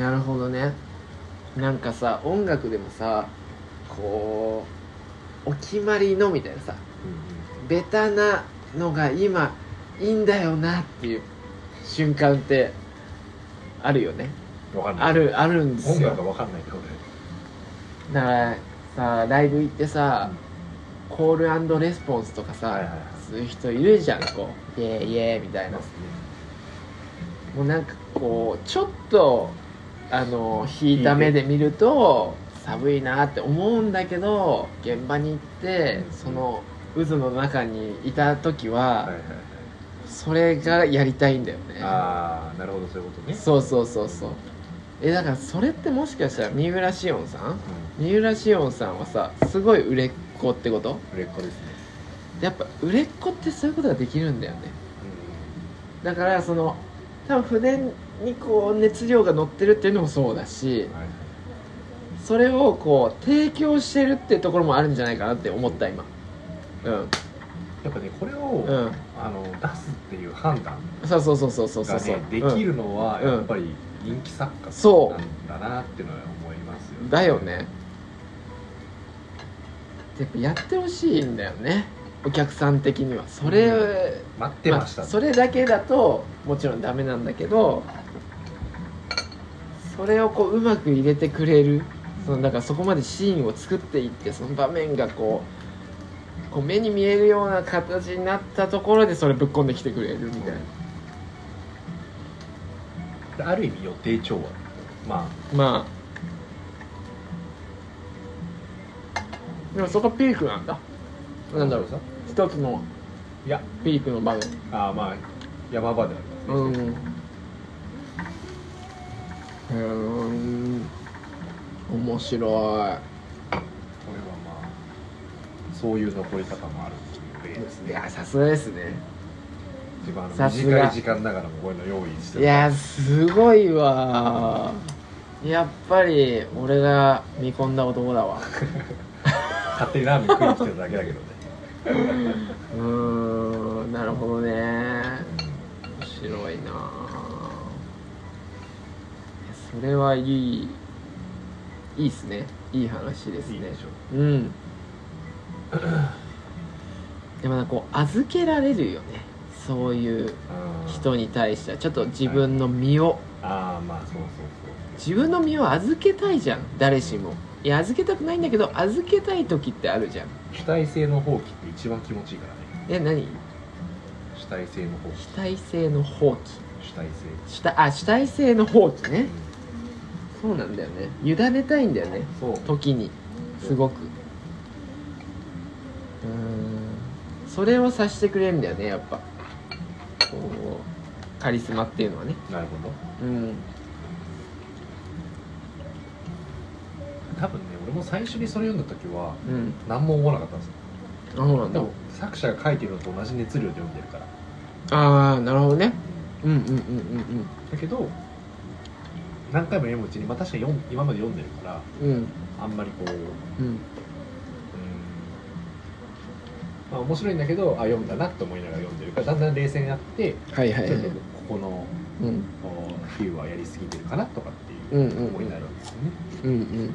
は
なるほどねなんかさ音楽でもさこうお決まりのみたいなさベタなのが今いいんだよなっていう瞬間ってあるよね
分かんない
あるあるんです
音
よ
楽が分かんないけどね
だからさライブ行ってさ、コールレスポンスとかさ、
はいはいはい
そういう人いるじゃんこうイエーイイエーイみたいなもうなんかこうちょっとあの引いた目で見ると寒いなって思うんだけど現場に行ってその渦の中にいた時は、
はいはいはい
それがやりたいんだよね
ああなるほどそういうことね
そうそうそうそうえだからそれってもしかしたら三浦紫音さん三浦紫音さんはさすごい売れっ子ってこと
売れっ子ですね
やっぱ売れっ子ってそういうことができるんだよねだからその多分筆にこう熱量が乗ってるっていうのもそうだし
はい
それをこう提供してるってところもあるんじゃないかなって思った今うん
やっぱねこれを、
うん
あの出すっていう判断
そうそうそうそうそうそ
が
うそう、
ねでき
うん
るのはやっぱり人気作
そ
家
う
なんだなっていうのは思いますよ、
だよねやっぱやってほしいんだよねお客さん的にはそれ、
う待ってました、
あそれだけだともちろんダメなんだけどそれをこううまく入れてくれるそのだからそこまでシーンを作っていってその場面がこうこう目に見えるような形になったところでそれぶっ込んできてくれるみたいな、
ある意味予定調和ま
まあでもそこピークなんだ
あ
なんだろう
さ
一つの
いや
ピークの場面
あーまあ山場でありますね、
うんうん面白
これはまあそういう残り方もあるっていう例です
いい
ね
やさすがですね
自分あの
さすが
短い時間ながらもこういうの用意して
いやすごいわやっぱり俺が見込んだ男だわ
勝手にラーメン食いに来てるだけだけどね
うーんなるほどね面白いなそれはいいいいっすねいい話ですね
いいでし
う
ょ
んでもなんかこう預けられるよねそういう
あー
人に対してはちょっと自分の身を、
あーまあそうそう
自分の身を預けたいじゃん誰しもいや預けたくないんだけど預けたい時ってあるじゃん
そう主体性の放棄って一番気持ちいいからね
え何
主体性の放棄
主体性の放棄
主体性
主体あ主体性の放棄ねそうなんだよね委ねたいんだよね
そう
時にすごくうーんそれを察してくれるんだよねやっぱこうカリスマっていうのはね
なるほど
うん
多分ね俺も最初にそれ読んだ時は
うん
何も思わなかったんですよ
あそうなん
で
だ
も作者が書いてるのと同じ熱量で読んでるから
ああなるほどねうんうんうんうん
だけど何回も読むうちに、まあ、確かに読ん今まで読んでるから
うんうん
あんまりこううん
うん
まあ面白いんだけどあ読んだなって思いながら読んでるからだんだん冷静になって
はいはい
ち
は
ょ
い
っとここの
うん
こう比喩はやりすぎてるかなとかって
う
い
んう
うん思いになるんですよね、
うんうん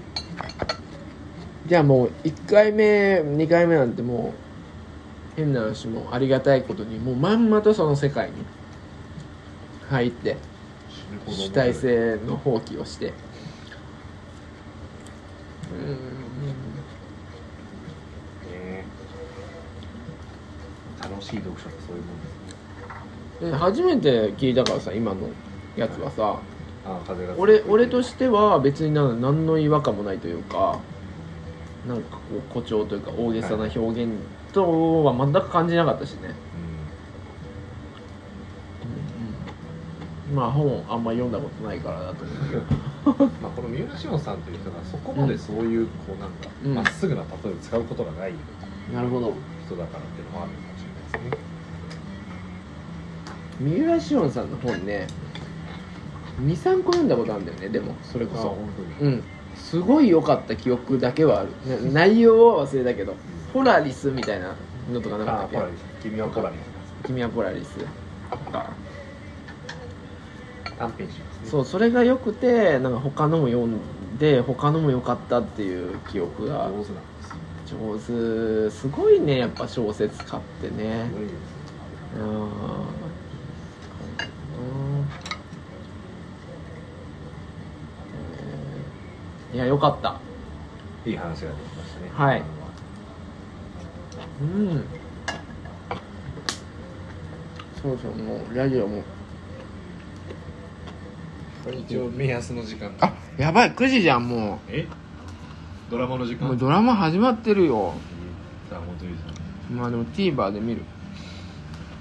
じゃあもう1回目2回目なんてもう変な話もうありがたいことにもうまんまとその世界に入って
死ぬほど面白い
主体性の放棄をしてう
ね楽しい読書ってそういうもんです
ー
ね
んで初めて聞いたからさ今のやつはさ
ああ風が
俺俺としては別になん何の違和感もないというかなんかこう誇張というか大げさな表現とは全く感じなかったしね、まあ本あんま読んだことないからだと思うけど
まあ、この三浦紫音さんという人がそこまでそういうこうなんか
うん
まっすぐな例えを使うことがない
なるほど
人だからっていうのもあるかもしれないですね
三浦紫音さんの本ね23個読んだことあるんだよねでもそれこそ
当に
うんすごい良かった記憶だけはあるな内容は忘れたけどポラリスみたいなのとかなか
あ
ったっけ
あポラリス君はポラリス
君はポラリス
短編集ですね
そうそれが良くてなんか他のも読んで他のも良かったっていう記憶が
上手なんですよ
上手すごいねやっぱ小説家ってね
すごいです
あーいやよかった
いい話ができましたね
はいうんそうそうもうラジオも
これ一応目安の時間
あやばい9時じゃんも
えドラマの時
うもう
間
ドラマ始まってるよ
じゃあ本当にいいじゃん
まあでも TVer で見る